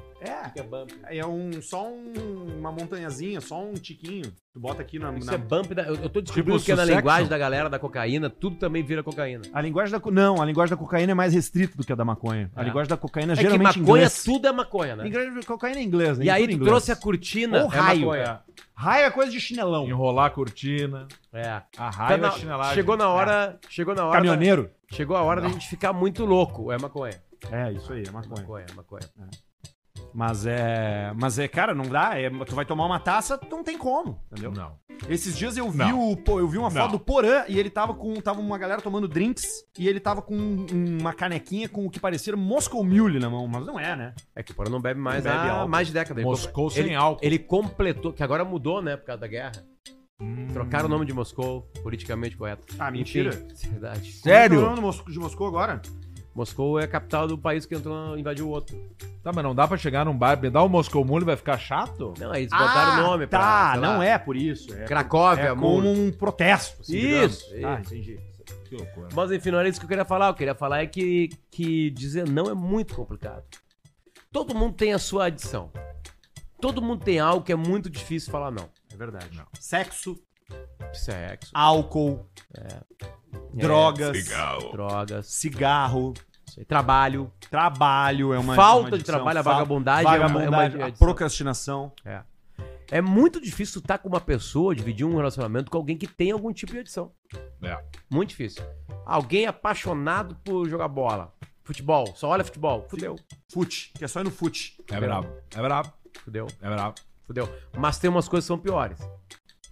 D: É, é um, só um- uma montanhazinha, só um tiquinho. Tu bota aqui na...
C: Isso
D: na-
C: é bump. Da, eu, eu tô descobrindo
D: Tipo
C: que é na
D: sucesso?
C: linguagem da galera da cocaína, tudo também vira cocaína.
D: A linguagem da... co- Não, a linguagem da cocaína é mais restrita do que a da maconha. A
C: É.
D: linguagem da cocaína é
C: É que
D: geralmente
C: maconha,
D: inglês.
C: tudo é maconha, né?
D: Linguagem da cocaína é inglês, né?
C: E aí
D: Tudo
C: tu
D: inglês.
C: trouxe a cortina.
D: Ou
C: é
D: raio.
C: maconha.
D: Raio é coisa de chinelão.
B: Enrolar a cortina.
C: É.
B: A raiva
C: Tá na-
B: é chinelagem.
C: Chegou na hora. Chegou na hora.
D: Caminhoneiro?
C: da- chegou a hora da gente ficar muito louco. É maconha.
D: É, isso aí, é maconha.
C: Maconha, maconha.
D: Mas é. Mas é, cara, não dá. é- tu vai tomar uma taça, não tem como, entendeu?
B: Não.
D: Esses dias eu vi,
B: Não.
D: o, pô, eu vi uma
B: Não.
D: foto do Porã e ele tava com. Tava uma galera tomando drinks e ele tava com um- uma canequinha com o que parecia Moscow Mule na mão, mas não é, né?
C: É que o Porã não bebe mais
D: Não bebe
C: há
D: álcool.
C: mais de década. Ele
B: Moscou
C: comple-
B: sem
C: ele-
B: álcool.
C: Ele completou, que agora mudou, né, por causa da guerra. Trocaram o nome de Moscou, politicamente correto. <laughs>
D: Hum. Ah, mentira.
C: Enfim, verdade.
D: Como é que é o nome do Moscou- de Moscou agora?
C: Moscou é a capital do país que entrou, invadiu o outro.
B: Tá, mas não dá pra chegar num bar, dar um Moscou Mule vai ficar chato?
C: Não, aí eles botaram o nome
D: Ah, Tá,
C: sei
D: não
C: lá,
D: é por isso. É,
C: Cracóvia,
D: é
C: amor.
D: como um protesto. assim,
C: Isso,
D: digamos. Ah,
C: isso.
D: entendi.
B: Que loucura.
C: Mas enfim, não era isso que eu queria falar. Eu queria falar é que, que dizer não é muito complicado. Todo mundo tem a sua adição. Todo mundo tem algo que é muito difícil falar não.
D: É verdade. Sexo,
C: Sexo,
D: álcool, É, drogas,
C: drogas,
D: cigarro.
C: isso aí, trabalho.
D: Trabalho é uma
C: Falta
D: uma
C: de
D: adicção.
C: trabalho, a
D: Fal-
C: vagabundagem é uma- é uma
D: vagabundagem, a
C: adicção.
D: procrastinação.
C: É. É muito difícil estar com uma pessoa, dividir um relacionamento com alguém que tem algum tipo de adição.
B: É.
C: Muito difícil. Alguém apaixonado por jogar bola. Futebol, só olha futebol. Fudeu,
D: Fute, que é só ir no fute.
B: É brabo. É brabo.
C: fudeu,
B: É brabo.
C: fudeu. Mas tem umas coisas que são piores.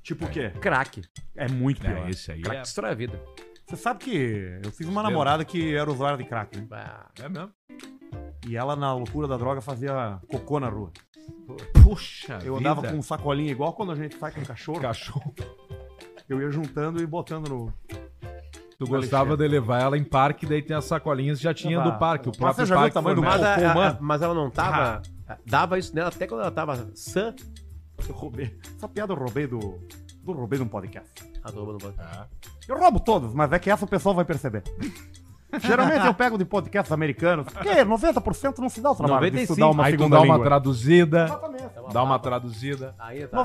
D: Tipo o quê?
C: Crack.
D: É muito pior.
B: É, esse aí
C: Crack destrói a vida.
D: Você sabe que eu tive uma namorada que era usuária de crack, né?
C: Ah,
B: é. É mesmo.
D: E ela, na loucura da droga, fazia cocô na rua.
B: Puxa
D: Eu
B: vida.
D: andava com um sacolinho igual quando a gente sai com um <laughs> cachorro.
B: cachorro.
D: Eu ia juntando e botando no.
B: Tu gostava de levar ela em parque, daí tem as sacolinhas, já tinha
D: Tava-
B: do parque. O
D: Mas
B: próprio
D: você já viu
B: parque
D: o tamanho do
C: Mas,
B: fornece.
D: mato?
C: a-
D: Pô,
C: a-
D: mano.
C: mas ela
B: Ah.
C: não tava. eh, Dava isso nela até quando ela tava sã.
D: Eu roubei. Essa piada eu roubei do. do roubei de um podcast.
C: Ah, tô roubando bola.
D: Eu roubo todos, mas é que essa o pessoal vai perceber. Geralmente eu pego de podcasts americanos, porque 90% não se dá o trabalho de
C: 95,
D: estudar uma
B: Aí tu
D: segunda
B: dá
D: língua.
B: uma traduzida.
D: Exatamente.
B: Dá uma traduzida.
C: Aí tá.
D: 90%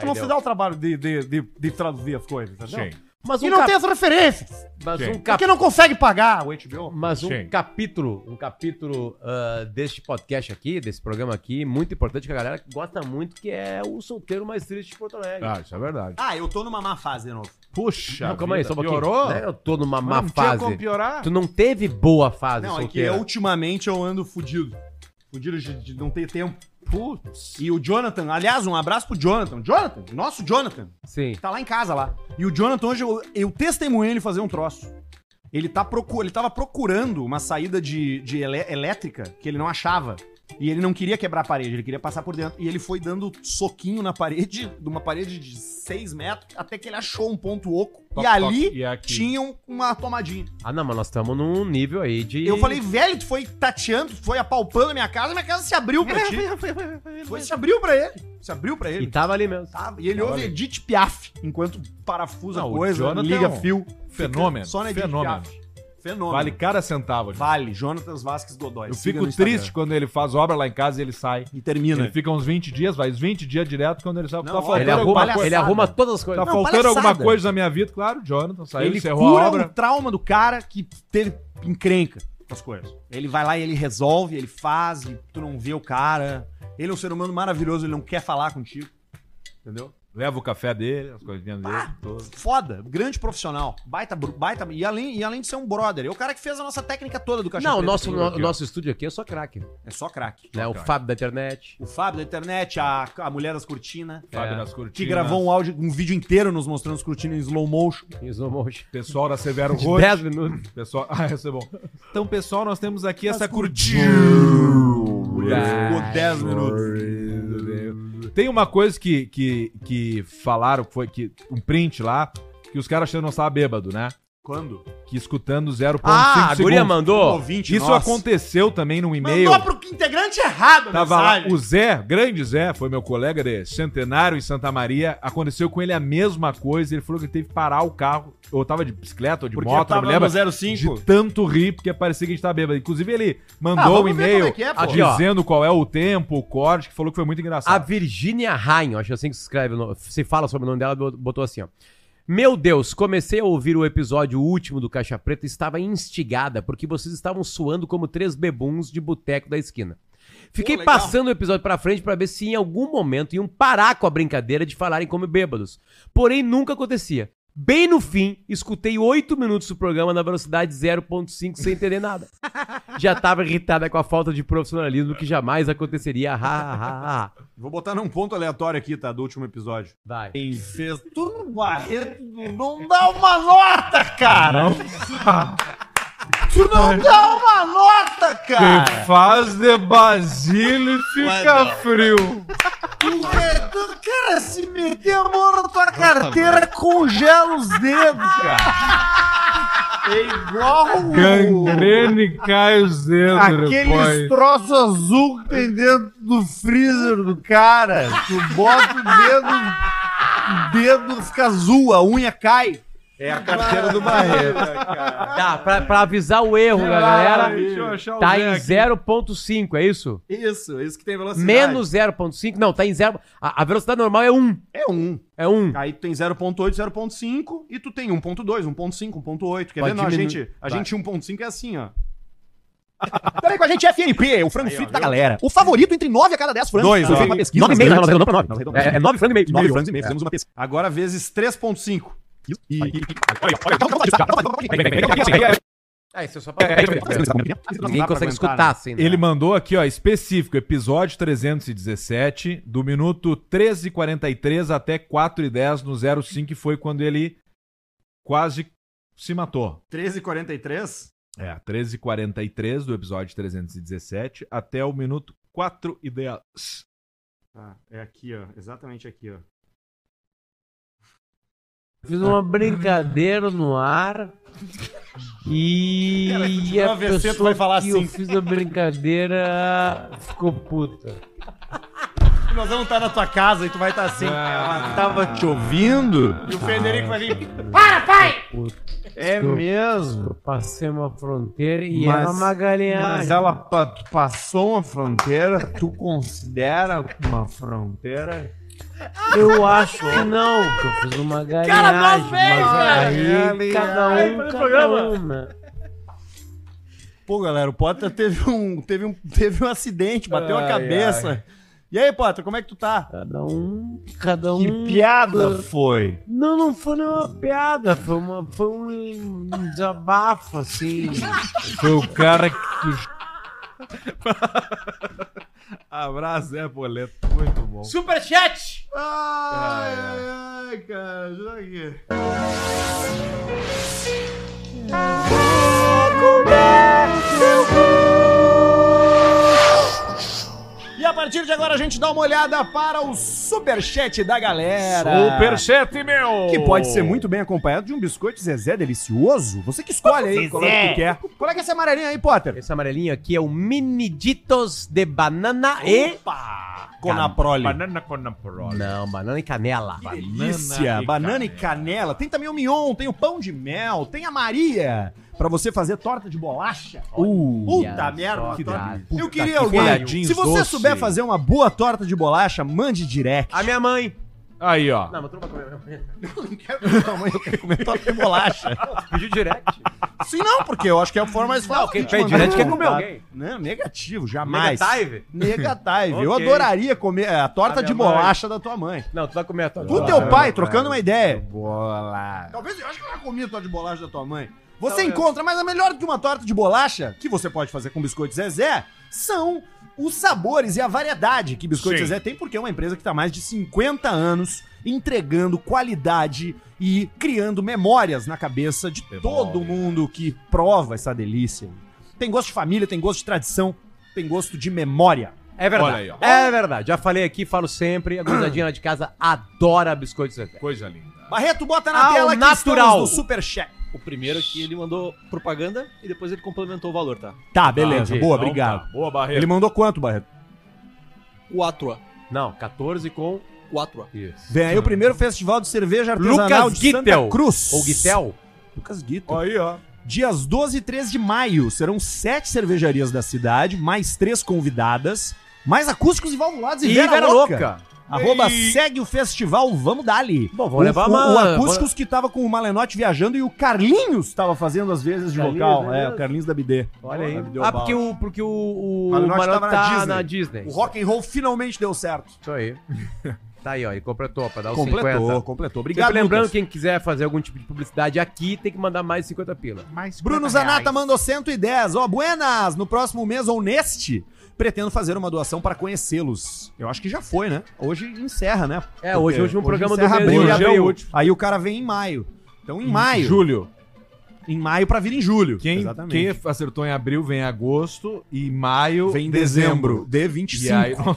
C: Aí
D: não
C: deu.
D: se dá o trabalho de, de, de, de traduzir as coisas, entendeu?
B: Sim.
C: Mas
D: E
C: um,
D: não
C: cap...
D: tem as referências.
C: mas
B: Sim.
C: um cap-
D: Porque não consegue pagar o HBO.
C: Mas um
B: Sim.
C: capítulo, um capítulo ah, deste podcast aqui, desse programa aqui, muito importante que a galera gosta muito, que é o solteiro mais triste de Porto Alegre.
B: Ah, isso é verdade.
D: Ah, eu tô numa má fase de novo.
B: Puxa.
C: não, calma aí,
B: vida.
C: só um pouquinho.
B: Piorou?
C: Né, Eu tô numa
B: Mas
C: má
B: não tinha como
C: fase.
B: piorar?
C: Tu não teve boa fase,
D: Não, é que
C: solteira.
D: eu, ultimamente eu ando fudido. Fudido de, de não ter tempo.
B: Putz.
D: E o Jonathan, aliás, um abraço pro Jonathan. Jonathan, nosso Jonathan.
C: Sim.
D: Tá lá em casa lá. E o Jonathan hoje eu, eu testemunhei ele fazer um troço. Ele, tá procu ele tava procurando uma saída de, de elé- elétrica que ele não achava.
A: E ele não queria quebrar a parede, ele queria passar por dentro. E ele foi dando soquinho na parede, <laughs> de uma parede de 6 metros, até que ele achou um ponto oco.
C: Toc,
A: e ali
B: é
C: toc, e aqui.
A: tinha um, uma tomadinha.
C: Ah, não, mas nós estamos num nível aí de.
A: Eu
B: <laughs>
A: falei, velho, tu foi tateando, tu foi apalpando a minha casa, minha casa se abriu
B: É,
A: pra ti. Foi, se abriu pra ele. Se abriu pra ele.
C: E tava ali mesmo.
A: Tava. E ele
C: Tava
A: ouve
C: ali.
A: Edith Piaf enquanto parafusa
B: Não, o
A: coisa,
B: Jonathan
A: liga
B: é um
A: fio.
B: fenômeno,
A: Fica
D: é
A: Só na Edith
B: fenômeno.
A: Piaf. Fenômeno.
B: Vale cada centavo. gente.
A: Vale, Jonatas Vasques Godoy.
B: Eu
A: Siga
B: fico
A: no Instagram.
B: triste quando ele faz obra lá em casa e ele sai.
A: E termina.
B: Ele fica uns 20 dias, vai, uns 20 dias direto quando ele sai.
A: Não,
B: tá
A: olha,
B: faltando
A: ele
B: alguma
A: arruma-
B: coisa.
A: ele arruma
C: todas
D: é
C: as coisas.
B: Tá
A: Não,
B: faltando
A: palhaçada.
B: alguma coisa na minha vida, claro. Jonathan saiu,
A: ele
B: encerrou
A: cura
B: a
A: o
D: um
B: obra.
A: trauma do cara que teve encrenca com as coisas. Ele vai lá e ele resolve, ele faz, e tu não vê o cara. Ele é um ser humano maravilhoso, ele não quer falar contigo. Entendeu?
B: Leva o café dele, as coisinhas
C: Ah!
B: dele. todas.
A: Foda, grande profissional. Baita, bru- baita. E além, e além de ser um brother, é o cara que fez a nossa técnica toda do cachorro.
C: Não, o nosso, no- nosso estúdio aqui é só craque.
A: É só craque.
C: Né? O
A: craque.
C: Fábio da internet.
A: O Fábio da internet, a, a mulher das cortinas.
C: É.
B: Fábio das
A: Que
B: cortinas.
A: gravou um áudio, um vídeo inteiro nos mostrando as cortinas em slow motion.
C: Em slow motion.
B: Pessoal da Severo
C: um De
B: Roth.
C: 10 minutos.
B: Pessoal, <laughs> ah, isso é bom. Então, pessoal, nós temos aqui essa curtida.
A: Ficou 10
B: minutos. Tem uma coisa que, que, que falaram, que foi que um print lá, que os caras achando que não estava bêbado, né?
A: Quando?
B: Que escutando 0.5
C: Ah, a guria mandou.
B: Um
A: ouvinte
B: Isso
A: nosso.
B: aconteceu também num e-mail.
D: Mandou pro integrante errado, a
B: Tava lá,
D: mensagem.
B: o Zé, grande Zé, foi meu colega de centenário em Santa Maria. Aconteceu com ele a mesma coisa. Ele falou que teve que parar o carro. Ou tava de bicicleta ou de
A: Porque
B: moto,
A: tava
B: não me lembro.
A: no 05.
B: De tanto rir, porque parecia que a gente tava bêbado. Inclusive, ele
A: Ah,
B: mandou
A: vamos
B: um
A: ver
B: e-mail
A: como é que é, pô.
B: Aqui, ó. dizendo qual é o tempo, o corte, que falou que foi muito
C: A
B: engraçado.
C: Virginia Rain, acho que é assim que se escreve, o no- se fala sobre o nome dela, botou assim, ó. Meu Deus, comecei a ouvir o episódio último do Caixa Preta e estava instigada, porque vocês estavam suando como três bebuns de boteco da esquina. Fiquei
D: legal.
C: passando o episódio pra frente pra ver se em algum momento iam parar com a brincadeira de falarem como bêbados. Porém, nunca acontecia. Bem no fim, escutei oito minutos do programa na velocidade 0.5 sem entender nada. Já tava irritada com a falta de profissionalismo que jamais aconteceria. Ha, ha, ha, ha.
A: Vou botar num ponto aleatório aqui, tá? Do último episódio.
C: Vai.
A: Quem fez tudo no Barreto
D: <laughs>
A: não dá uma nota, cara! Tu não dá uma nota, cara!
B: faz de Basílio fica frio.
A: O é cara se meteu a mão na tua carteira, congela os dedos, cara.
B: <laughs>
A: É igual o-
B: e cai os dedos,
A: aqueles troços azul que tem dentro do freezer do cara. Tu bota o dedo, o dedo fica azul, a unha cai. É a carteira do Barreto.
C: Tá, pra, pra avisar o erro,
A: Sei
C: né,
A: lá,
B: deixa eu achar
C: galera.
B: o
C: Tá
B: Zé
C: em
B: aqui.
C: 0.5, é isso?
A: Isso, isso que tem velocidade.
C: Menos 0.5? Não, tá em 0. A, a velocidade normal é 1.
A: É um.
C: É 1.
A: Aí tu tem 0.8, 0.5 e tu tem 1.2, 1.5, 1.8. Quer
C: Pode
A: ver? Não, a
C: diminuir.
A: gente, a
C: Vai.
A: gente 1.5 é assim, ó. Também com a gente FNP, o frango frito da galera. O favorito entre 9 a cada 10 frangos.
C: Dois,
A: Foi
C: ó.
A: feita uma pesquisa.
C: Nove e meio,
A: Nós
C: não, nós arredondamos pra nove.
A: nós arredondamos.
C: É, é nove frangos e meio.
A: Nove
C: Meio.
A: frangos e meio,
C: É.
A: fizemos uma pesquisa. Agora vezes 3.5. E- e-
C: Ah, isso é só pra...
A: né?
C: Ninguém consegue escutar, assim. né?
B: Ele mandou aqui, ó, específico, episódio 317, do minuto 13h43 até 4h10 no 05, que foi quando ele quase se matou.
A: né? 13h43?
B: É, 13h43 do episódio 317 até o minuto 4h10.
A: Tá, é aqui, ó. Exatamente aqui, ó.
C: Fiz uma brincadeira no ar. E.
A: Cara, se tu tiver um
C: e
A: AVC, tu vai falar
C: que
A: assim.
C: eu fiz a brincadeira ficou puta.
A: Nós vamos estar Então tá na tua casa e tu vai estar assim. Ela tava te ouvindo? E o Federico vai vir.
D: Para, pai!
A: É mesmo?
C: Eu passei uma fronteira e
A: Mas-
C: era uma galinhagem.
A: Mas ela pa- tu passou uma fronteira, tu considera uma fronteira?
C: Eu acho que não, que eu fiz uma galinhagem.
D: Cara, nós
C: mas
D: vem, cara.
C: aí cada um,
D: Vai pro
C: cada
D: programa.
C: um, né?
A: Pô, galera, o Potter teve um, teve um, teve um acidente, bateu a
C: Ai,
A: cabeça. E aí, Potter, como é que tu tá?
C: Cada um, cada um.
A: Que piada foi?
C: Não, não foi nenhuma piada, foi, uma, foi um desabafo, assim.
B: Foi o cara que tu... Abraço, Zé Boleto. Muito bom.
D: Superchat!
A: Ai, ai, ai, cara, ajuda aqui. a partir de agora a gente dá uma olhada para o superchat da galera.
P: Superchat, meu!
A: Que pode ser muito bem acompanhado de um biscoito Zezé delicioso. Você que escolhe aí qual é que tu quer. Qual é que é essa amarelinha aí, Potter?
C: Essa amarelinha aqui é o Miniditos de banana e...
A: Conaprole.
B: Banana conaprole.
C: Não, banana e canela.
A: Delícia, banana e canela. Tem também o mignon, tem o pão de mel, tem a Maria. Pra você fazer torta de bolacha.
C: Uh,
A: Puta merda, que torta.
C: verdade.
A: Eu
C: Puta
A: queria
C: que
A: alguém.
C: folhadinhos
A: Se você
C: doce.
A: souber fazer uma boa torta de bolacha, mande direct.
C: A minha mãe.
B: Aí, ó.
C: Não, mas tu não vai comer.
A: Calma aí, eu quero comer torta de bolacha. <laughs>
C: Pediu <laughs> direct.
A: Sim, não, porque eu acho que é a forma mais fácil.
C: quem
A: de
C: pede
A: mandar
C: direct
A: um
C: quer comer
A: contato.
C: alguém.
A: Não, negativo, jamais.
C: Negative?
A: Negative. Eu
C: <laughs> Ok.
A: adoraria comer a torta
C: A
A: de
C: minha mãe.
A: bolacha da tua mãe.
C: Não, tu vai comer a tua.
A: Do
C: Vai,
A: teu
C: vai,
A: pai,
C: vai.
A: trocando uma ideia.
B: Bola.
A: Talvez eu acho que eu já comi a torta de bolacha da tua mãe. Você encontra, mas a melhor que uma torta de bolacha, que você pode fazer com biscoito Zezé, são os sabores e a variedade que Biscoito
P: Sim.
A: Zezé tem, porque é uma empresa que está há mais de 50 anos entregando qualidade e criando memórias na cabeça de todo mundo que prova essa delícia. Tem gosto de família, tem gosto de tradição, tem gosto de memória.
C: É verdade.
A: Olha aí, ó.
C: é verdade. Já falei aqui, falo sempre. A gurizadinha lá de casa adora biscoito Zezé.
B: Coisa linda.
A: Barreto, bota na
C: Ah,
A: tela
C: o
A: que estamos
C: natural.
A: no Superchat.
P: O primeiro é que ele mandou propaganda e depois ele complementou o valor, tá?
A: Tá, beleza.
C: Entendi.
A: Boa,
B: Então
A: obrigado.
B: tá. Boa, Barreto.
A: Ele mandou quanto, Barreto?
P: 4.
C: Não, 14 com
P: 4.
C: Isso.
A: Vem aí o primeiro festival de cerveja artesanal
C: Lucas
A: de Santa
C: Gittel.
A: Cruz.
C: Ou Guitel.
A: Lucas Guito.
B: Aí, ó.
A: Dias 12 e 13 de maio serão sete cervejarias da cidade, mais três convidadas, mais acústicos e valvulados e,
C: E
A: Vera,
C: Vera
A: louca.
C: Louca.
A: Arroba
B: E-
A: segue o festival, vamos dali.
C: Bom, vamos
A: O-
C: levar
A: o,
C: uma-
A: o acústicos que tava com o Malenote viajando e o Carlinhos tava fazendo às vezes de
C: Carlinhos,
A: vocal.
C: é
A: É,
C: mesmo?
A: o Carlinhos da BD.
C: Olha aí.
A: Da BD
C: Ah,
A: Obal.
C: porque o, porque o, o
A: Malenotti
C: Malenotti
A: tava na
C: tá
A: Disney.
C: na Disney.
A: o rock and roll finalmente deu certo.
C: Isso aí. Tá aí, ó. Ele completou pra dar os
A: Completou,
C: 50.
A: completou.
C: Obrigado,
A: Obrigado,
C: lembrando,
A: Lucas.
C: quem quiser fazer algum tipo de publicidade aqui, tem que mandar mais 50 pila.
B: Mais
A: Bruno Zanata mandou 110. Ó, buenas! No próximo mês ou neste, pretendo fazer uma doação para conhecê-los. Eu acho que já foi, né? Hoje encerra, né?
C: É, hoje é o último programa do
A: encerra
C: mês,
A: abril.
C: hoje é
A: Hoje é
C: abril.
A: o último. Aí o cara vem em maio. Então em maio.
B: Julho.
A: Em maio para vir em julho.
B: Quem,
A: é
B: quem acertou em abril vem em agosto e maio
A: Vem em dezembro. De
B: E
A: 25.
B: aí, Vamos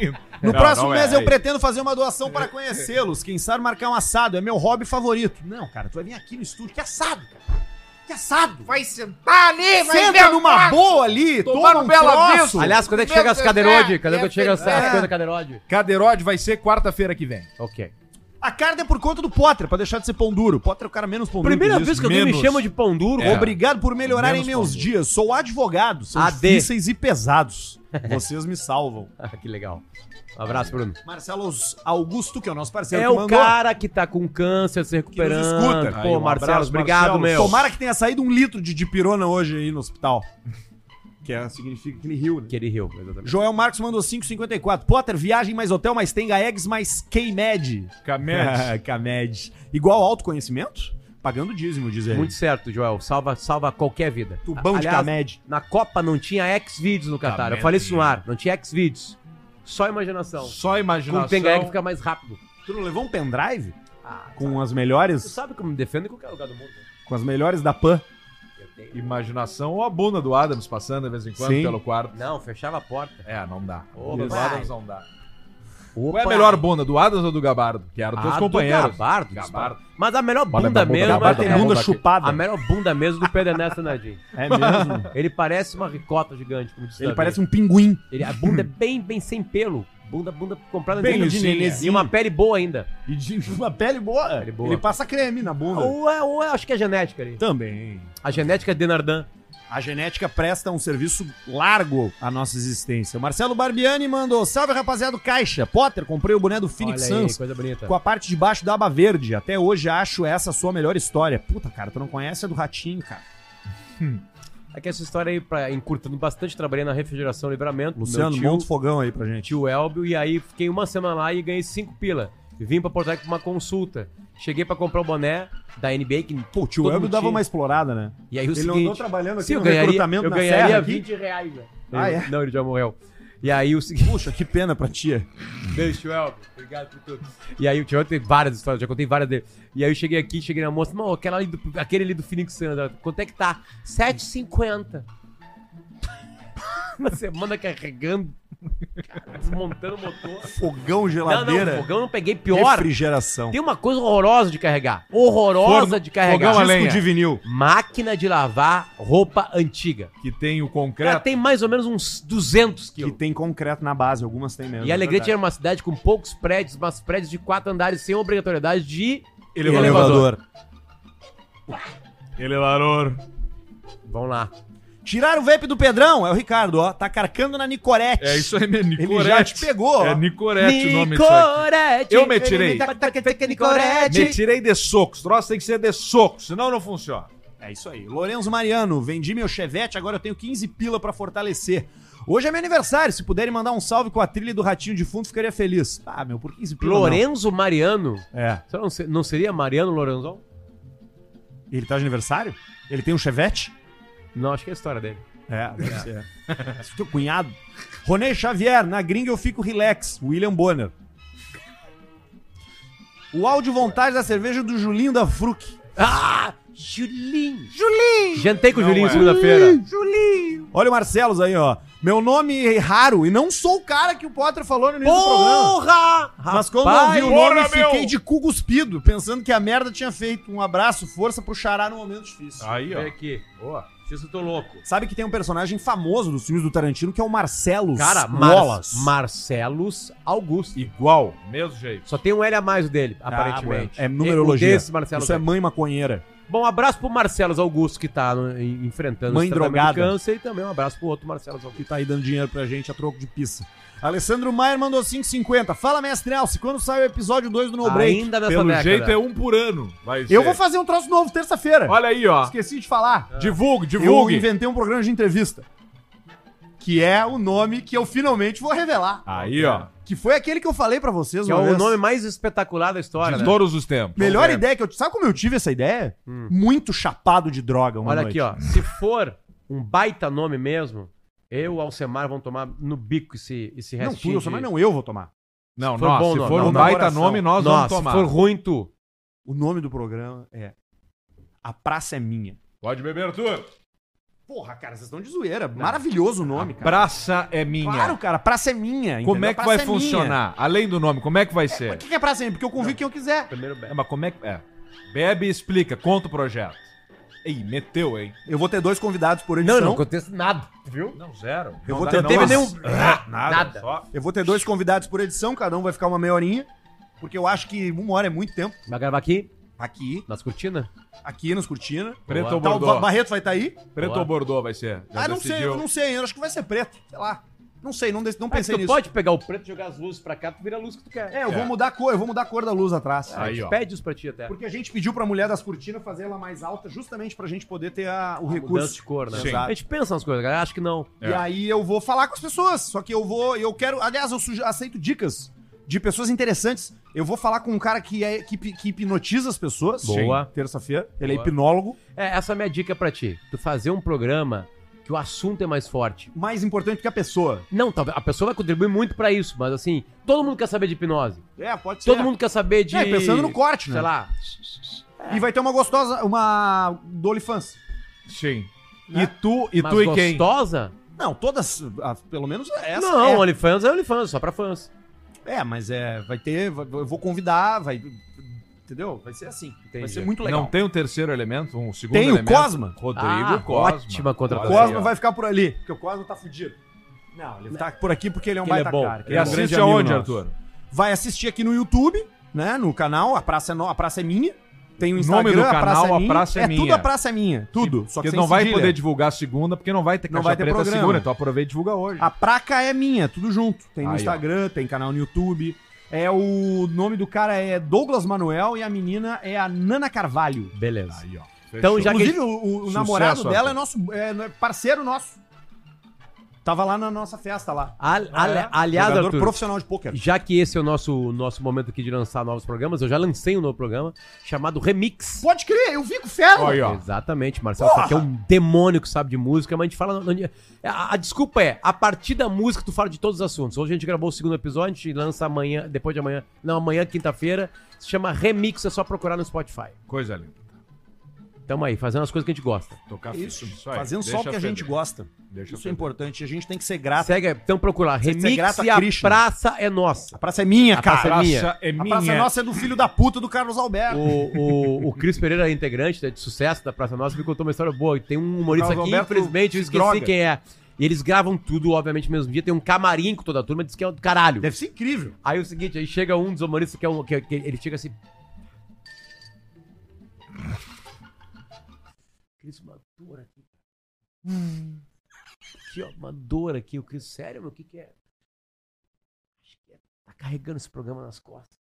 B: indo.
A: No
B: Não,
A: próximo
B: não é,
A: mês eu
B: aí.
A: pretendo fazer uma doação para conhecê-los. Quem sabe marcar um assado. É meu hobby favorito. Não, cara, tu vai vir aqui no estúdio. Que assado, cara. Que assado.
D: Vai sentar ali, vai
A: Senta
D: ver um
A: numa boa ali.
D: Tomar
A: Toma
D: um
A: um
D: Bela
A: troço.
C: Aliás, quando é que
D: Meu
C: chega as
D: Deus, é,
C: cadeirode? Quando é que
D: é
C: chega as
A: verdade.
C: as coisas cadeirode?
B: Caderode vai ser quarta-feira que vem.
C: Ok.
A: A carne é por conta do Potter, pra deixar de ser pão duro. O Potter é o cara menos pão
C: Primeira
A: duro.
C: vez que alguém me
B: menos.
C: chama de pão duro.
B: É.
C: Obrigado.
A: Obrigado por melhorarem
B: Menos
A: meus
B: pão duro.
A: dias. Sou advogado. São
C: AD.
A: difíceis e pesados. Vocês me salvam.
C: <laughs> que legal. Um abraço, Bruno.
A: Marcelo Augusto, que é o nosso parceiro,
C: É
A: que
C: o cara que tá com câncer se recuperando.
A: escuta.
C: Pô,
B: Aí, um
C: Marcelo,
B: abraço,
C: obrigado,
B: Marcelo.
C: meu.
A: Tomara que tenha saído um litro de dipirona hoje aí no hospital. Que é, significa que ele riu, né?
C: que ele riu, exatamente.
A: Joel Marcos mandou 5,54. Potter, viagem mais hotel, mais tenga eggs, mais K-Med. <laughs>
B: Camédia.
A: K-Med. Igual autoconhecimento? Pagando dízimo, diz ele.
C: Muito certo, Joel. Salva, salva qualquer vida.
A: Tubão de
C: Aliás,
A: K-Med.
C: Na Copa não tinha X-Videos no Catar.
B: Tá
C: Eu falei isso no ar. Não tinha X-Videos. Só imaginação.
B: Então, Só
C: Com
B: imaginação.
C: o Tenga que fica mais rápido.
A: Tu não levou um pendrive?
C: Ah,
A: Com as
C: Tu
A: melhores.
C: sabe que eu me defendo em qualquer lugar do mundo.
A: Com as melhores da PAN.
B: Imaginação ou a bunda do Adams passando de vez em quando
A: Sim.
B: pelo quarto.
C: Não, fechava a porta.
B: É, não dá. A
C: Ô,
B: bunda do
C: papai.
B: Adams não dá. Qual é a melhor bunda, do Adams ou do Gabardo? Que eram
C: Ah,
B: teus
C: do
B: companheiros.
C: Gabardo,
B: Gabardo.
C: Mas a melhor
B: Bota
C: bunda
B: minha bunda,
C: mesmo
B: bota
C: é
B: minha
C: a-
B: bunda
A: Bunda
B: aqui.
A: chupada.
C: A melhor bunda mesmo do Pedro Ernesto Nadim.
A: <laughs> É mesmo.
C: Ele parece uma ricota gigante, como disse
A: Ele
C: Davi.
A: parece um pinguim.
C: Ele- a bunda é bem, bem sem pelo. Bunda, bunda comprada
A: Bem
C: dentro
A: lisinha.
C: E uma pele boa ainda.
A: E de <laughs> uma pele boa.
C: Pele boa.
A: Ele passa creme na bunda.
C: Ou é, ou é, acho que é genética ali.
A: Também.
C: A genética é de Nardan.
A: A genética presta um serviço largo à nossa existência. O Marcelo Barbiani mandou: Salve rapaziada do Caixa. Potter, comprei o boné do Phoenix
C: Olha aí,
A: Suns.
C: coisa bonita.
A: Com a parte de baixo da aba verde. Até hoje acho essa a sua melhor história. Puta, cara, tu não conhece a do Ratinho, cara.
C: É que essa história aí, pra, encurtando bastante, trabalhei na refrigeração Livramento.
A: Luciano,
C: meu tio,
A: monta o fogão aí pra gente.
C: tio Elbio, e aí fiquei uma semana lá e ganhei cinco pila. Vim pra Porto Alegre pra uma consulta. Cheguei pra comprar o boné da NBA, que
A: Pô, o tio
C: todo
A: Elbio
C: mundo
A: dava
C: tinha.
A: uma explorada, né?
C: E aí o
A: Ele
C: seguinte,
A: andou trabalhando aqui
C: se eu
A: no
C: ganharia,
A: recrutamento
C: eu
A: na
C: ganharia
A: serra aqui.
C: 20 reais, né?
A: Ah,
C: Ele-
A: é?
C: Não, ele já morreu. E aí o <laughs> seguinte...
A: Puxa, que pena pra tia.
C: Beijo, tio Elbio. Obrigado por tudo. E aí, o tio Elbio tem várias histórias, já contei várias dele. E aí eu cheguei aqui, cheguei na moça, mano, aquela ali do- aquele ali do Phoenix Suns, ela, quanto é que <laughs> tá? 7,50. Uma semana carregando Desmontando o motor.
A: Fogão,
C: Não,
A: geladeira.
C: não, fogão eu não peguei pior.
A: Refrigeração.
C: Tem uma coisa horrorosa de carregar. Horrorosa
B: Forno-
C: de carregar.
B: fogão a lenha. Disco de
A: vinil.
C: Máquina de lavar roupa antiga.
B: Que tem o concreto.
C: Cara, tem mais ou menos uns 200
A: Que
C: quilos.
A: tem concreto na base, algumas tem mesmo.
C: E Alegrete
A: é
C: era uma cidade com poucos prédios, mas prédios de quatro andares sem obrigatoriedade de
A: Elevador.
B: Elevador.
C: Vamos lá.
A: Tiraram o vape do Pedrão, é o Ricardo, ó. Tá carcando na Nicorete.
B: É isso aí, mesmo,
A: Ele já te pegou, ó.
B: É Nicorete o nome disso aqui. Eu me tirei.
A: tá
B: Me tirei de socos. Troço tem que ser de socos, senão não funciona.
A: É isso aí. Lorenzo Mariano, vendi meu chevette, agora eu tenho 15 pila pra fortalecer. Hoje é meu aniversário, se puderem mandar um salve com a trilha do Ratinho de Fundo, ficaria feliz. Ah, meu, por 15 pila não.
C: Lorenzo Mariano.
A: É.
C: Será Não, se- não seria Mariano Lorenzon?
A: Ele tá de aniversário? Ele tem um chevette?
C: Não, acho que é a história dele.
A: É, deve ser. Esse teu cunhado. Ronê Xavier, na gringa eu fico relax. William Bonner. O áudio vontade da cerveja do Julinho da Fruc.
C: Ah! Julinho!
A: Julinho!
C: Jantei com o
A: Não
C: Julinho
A: é.
C: segunda-feira.
A: Julinho! Olha o Marcelos aí, ó. Meu nome é raro e não sou o cara que o Potter falou no início do um programa.
C: Porra!
A: Mas quando eu vi o nome, fiquei de cu cuspido, pensando que a merda tinha feito. Um abraço, força pro Xará no momento difícil.
B: Aí, ó.
C: Vem aqui. Boa. Isso eu tô louco.
A: Sabe que tem um personagem famoso dos filmes do Tarantino que é o Marcelos
C: Cara, Mar
A: Wallace.
C: Marcelos Augusto.
B: Igual. Mesmo jeito.
C: Só tem um L a mais dele, aparentemente.
A: aparentemente. É numerologia.
C: Um desses Marcelos
A: Isso é
C: aí.
A: mãe maconheira.
C: Bom, um abraço pro Marcelos Augusto, que tá no- em- enfrentando
A: Mãe
C: esse tratamento de
A: drogada.
C: câncer, e também um abraço pro outro Marcelos Augusto.
A: que tá aí dando dinheiro pra gente a troco de pizza. Alessandro Maier mandou 5,50. Fala, mestre Alce, quando sai o episódio 2 do No um Break?
C: Ainda nessa
B: Pelo
C: década.
B: jeito é um por ano. Vai
A: Eu
B: ser.
A: vou fazer um troço novo terça-feira.
B: Olha aí, ó.
A: Esqueci de falar.
B: Divulgue,
A: É. Eu
B: divulgue.
A: inventei um programa de entrevista. Que é o nome que eu finalmente vou revelar.
B: Aí, ó.
A: Que foi aquele que eu falei pra vocês.
C: Que é
A: uma
C: o
A: vez.
C: nome mais espetacular da história,
B: De
C: né?
B: todos os tempos.
A: Melhor ideia que eu. Sabe como eu tive essa ideia? Muito chapado de droga. Uma
C: Olha
A: noite.
C: aqui, ó. Se for um baita nome mesmo, eu e o Alcemar vão tomar no bico esse, esse
A: Não,
C: restinho.
A: tu,
C: de-
A: mas não eu vou tomar.
B: Não,
C: Se for
B: nós,
C: bom
B: se
C: nome,
B: for
C: não,
B: um
C: na
B: baita
A: oração.
B: nome, nós
C: Nossa,
B: vamos tomar.
C: se for ruim, tu.
A: O nome do programa é A Praça é Minha.
B: Pode beber, Arthur.
A: Porra, cara, vocês estão de zoeira. Maravilhoso o nome, cara.
B: Praça é minha.
A: Claro, cara, praça é minha.
B: como
A: entendeu?
B: é que
A: Praça minha.
B: vai funcionar? Além do nome, como é que vai ser?
A: O que que é praça é minha? Porque eu convido quem eu quiser.
C: Primeiro
B: É, mas como é que. É. Bebe e explica, conta o projeto. Ei, meteu, hein?
A: Eu vou ter dois convidados por edição.
C: Não, não acontece nada, viu?
B: Não, zero.
A: Eu
B: Não
A: vou
B: dá-
A: ter
B: não
A: teve
B: ac-
A: nenhum-
B: Ah, Nada.
C: Nada.
B: Só.
A: Eu vou ter dois convidados por edição, cada um vai ficar uma meia horinha. Porque eu acho que uma hora é muito tempo.
C: Vai gravar aqui,
A: Aqui,
C: nas cortinas?
A: aqui nos Cortina.
B: Preto
C: Boa.
B: ou
A: Tá, o Ba-
B: bordô?
A: Barreto vai estar aí.
B: Preto
C: Boa.
B: ou bordô vai ser? Já
A: ah, não
B: decidiu?
A: sei, eu não sei ainda. Acho que vai ser preto. Sei lá. Não sei, não, dec- não
C: Mas
A: pensei
C: É Ah, tu
A: nisso.
C: pode pegar o preto, jogar as luzes pra cá, tu vira a luz que tu quer.
A: É, eu
B: É.
A: vou mudar a cor, eu vou mudar a cor da luz atrás.
C: Ah.
B: Aí, ó.
C: Pede isso pra ti até.
A: Porque a gente pediu pra mulher das cortinas fazer ela mais alta justamente pra gente poder ter a- o
C: Mudança é. de
A: recurso.
C: cor, né?
A: Sim.
C: A gente pensa nas coisas, galera. Acho que não.
A: E aí eu vou falar com as pessoas. Só que eu vou. Eu quero. Aliás, eu suge- aceito dicas de pessoas interessantes. Eu vou falar com um cara que, é, que, pi- que hipnotiza as pessoas.
C: Boa.
A: Sim, Terça-feira. Ele é
C: Boa.
A: hipnólogo.
C: É, essa é a minha dica pra ti. Tu fazer um programa que o assunto é mais forte.
A: Mais importante que a pessoa.
C: Não, talvez a pessoa vai contribuir muito pra isso, mas assim, todo mundo quer saber de hipnose.
A: É, pode
C: Todo mundo quer saber de.
A: É, pensando no corte, né?
C: Sei lá.
A: E vai ter uma gostosa. Uma. Do OnlyFans.
B: Sim.
A: Né?
B: E tu e,
C: mas
B: tu e quem?
C: gostosa?
A: Não, todas. ah, Pelo menos essa.
C: não,
A: é.
C: OnlyFans é OnlyFans, só pra fãs.
A: É, mas é. Vai ter. vai- Eu vou convidar, vai. Entendeu? Vai ser assim. Vai
C: Entendi.
A: ser muito legal.
B: Não tem um terceiro elemento, um segundo
A: Tem o
B: elemento?
A: Cosma.
B: Rodrigo
C: Ah,
B: Cosma.
C: ótima contratação.
B: Olha aí,
A: Cosma
B: ó.
A: vai ficar por ali. Porque o Cosma tá fudido. Não, ele tá por aqui porque ele é um
C: Ele é
A: baita
C: bom.
A: cara. que
B: Ele
A: é um
B: assiste
A: grande amigo
B: aonde,
A: nosso.
B: Arthur?
A: Vai assistir aqui no YouTube, né? No canal, a praça é, no- a praça é minha. Tem o
B: O
A: Instagram,
B: nome do canal, a
A: minha.
B: Praça é
A: tudo
B: Minha.
A: a praça é minha. Tudo. só que
B: Porque
A: sem
B: não vai
A: cedilha.
B: poder divulgar segunda, porque não vai ter
A: Não
B: caixa
A: vai ter
B: preta
A: programa.
B: segunda. Então aproveita e divulga hoje.
A: A praca é minha, tudo junto. Tem no
B: Aí, ó.
A: Instagram, tem canal no YouTube. É o nome do cara é Douglas Manuel e a menina é a Nana Carvalho.
C: Beleza.
B: Aí, ó.
C: Então,
B: Fechou.
C: já que-
A: Inclusive, o, o
B: Sucesso,
A: namorado dela
B: Arthur.
A: é nosso é parceiro nosso. Tava lá na nossa festa lá.
C: Al-
B: Ah,
C: ale-
B: é?
C: Aliás,
A: Jogador
C: Arthur,
A: profissional de pôquer.
C: já que esse é o nosso, nosso momento aqui de lançar novos programas, eu já lancei um novo programa chamado Remix.
A: Pode crer, eu vi com fera.
B: Aí, ó.
C: Exatamente, Marcelo. Sá, que é um demônio que sabe de música, mas a gente fala. A, a desculpa é, a partir da música tu fala de todos os assuntos. Hoje a gente gravou o segundo episódio, a gente lança amanhã, depois de amanhã. Não, amanhã, quinta-feira. Se chama Remix, é só procurar no Spotify.
B: Coisa linda.
C: Tamo aí, fazendo as coisas que a gente gosta.
B: Tocar
A: Isso,
B: ficha, isso aí.
A: fazendo só o
B: Deixa
A: que a gente
B: feder.
A: gosta.
B: Deixa
A: Isso é
B: feder.
A: importante. A gente tem que ser grato.
C: Segue, então procura lá.
A: Tem que ser
C: Remix
A: grato a
C: e a
A: Krishna.
C: praça é nossa. A
A: praça é minha, cara.
C: A praça é minha.
A: A praça nossa é do filho da puta do Carlos Alberto.
C: O, o, o Cris Pereira, integrante né, de sucesso da Praça Nossa, me contou uma história boa. E Tem um humorista
A: Carlos
C: aqui,
A: Alberto
C: infelizmente, eu
A: se
C: esqueci
A: droga.
C: quem é. E eles gravam tudo, obviamente, no mesmo dia. Tem um camarim com toda a turma, diz que é do caralho.
A: Deve ser incrível.
C: Aí é o seguinte, aí chega um dos humoristas que é um. Que, que- ele chega assim. Cris, uma dor aqui. Aqui, ó, uma dor aqui. O Cris, sério, meu, o que, que é? Acho que é- Tá carregando esse programa nas costas.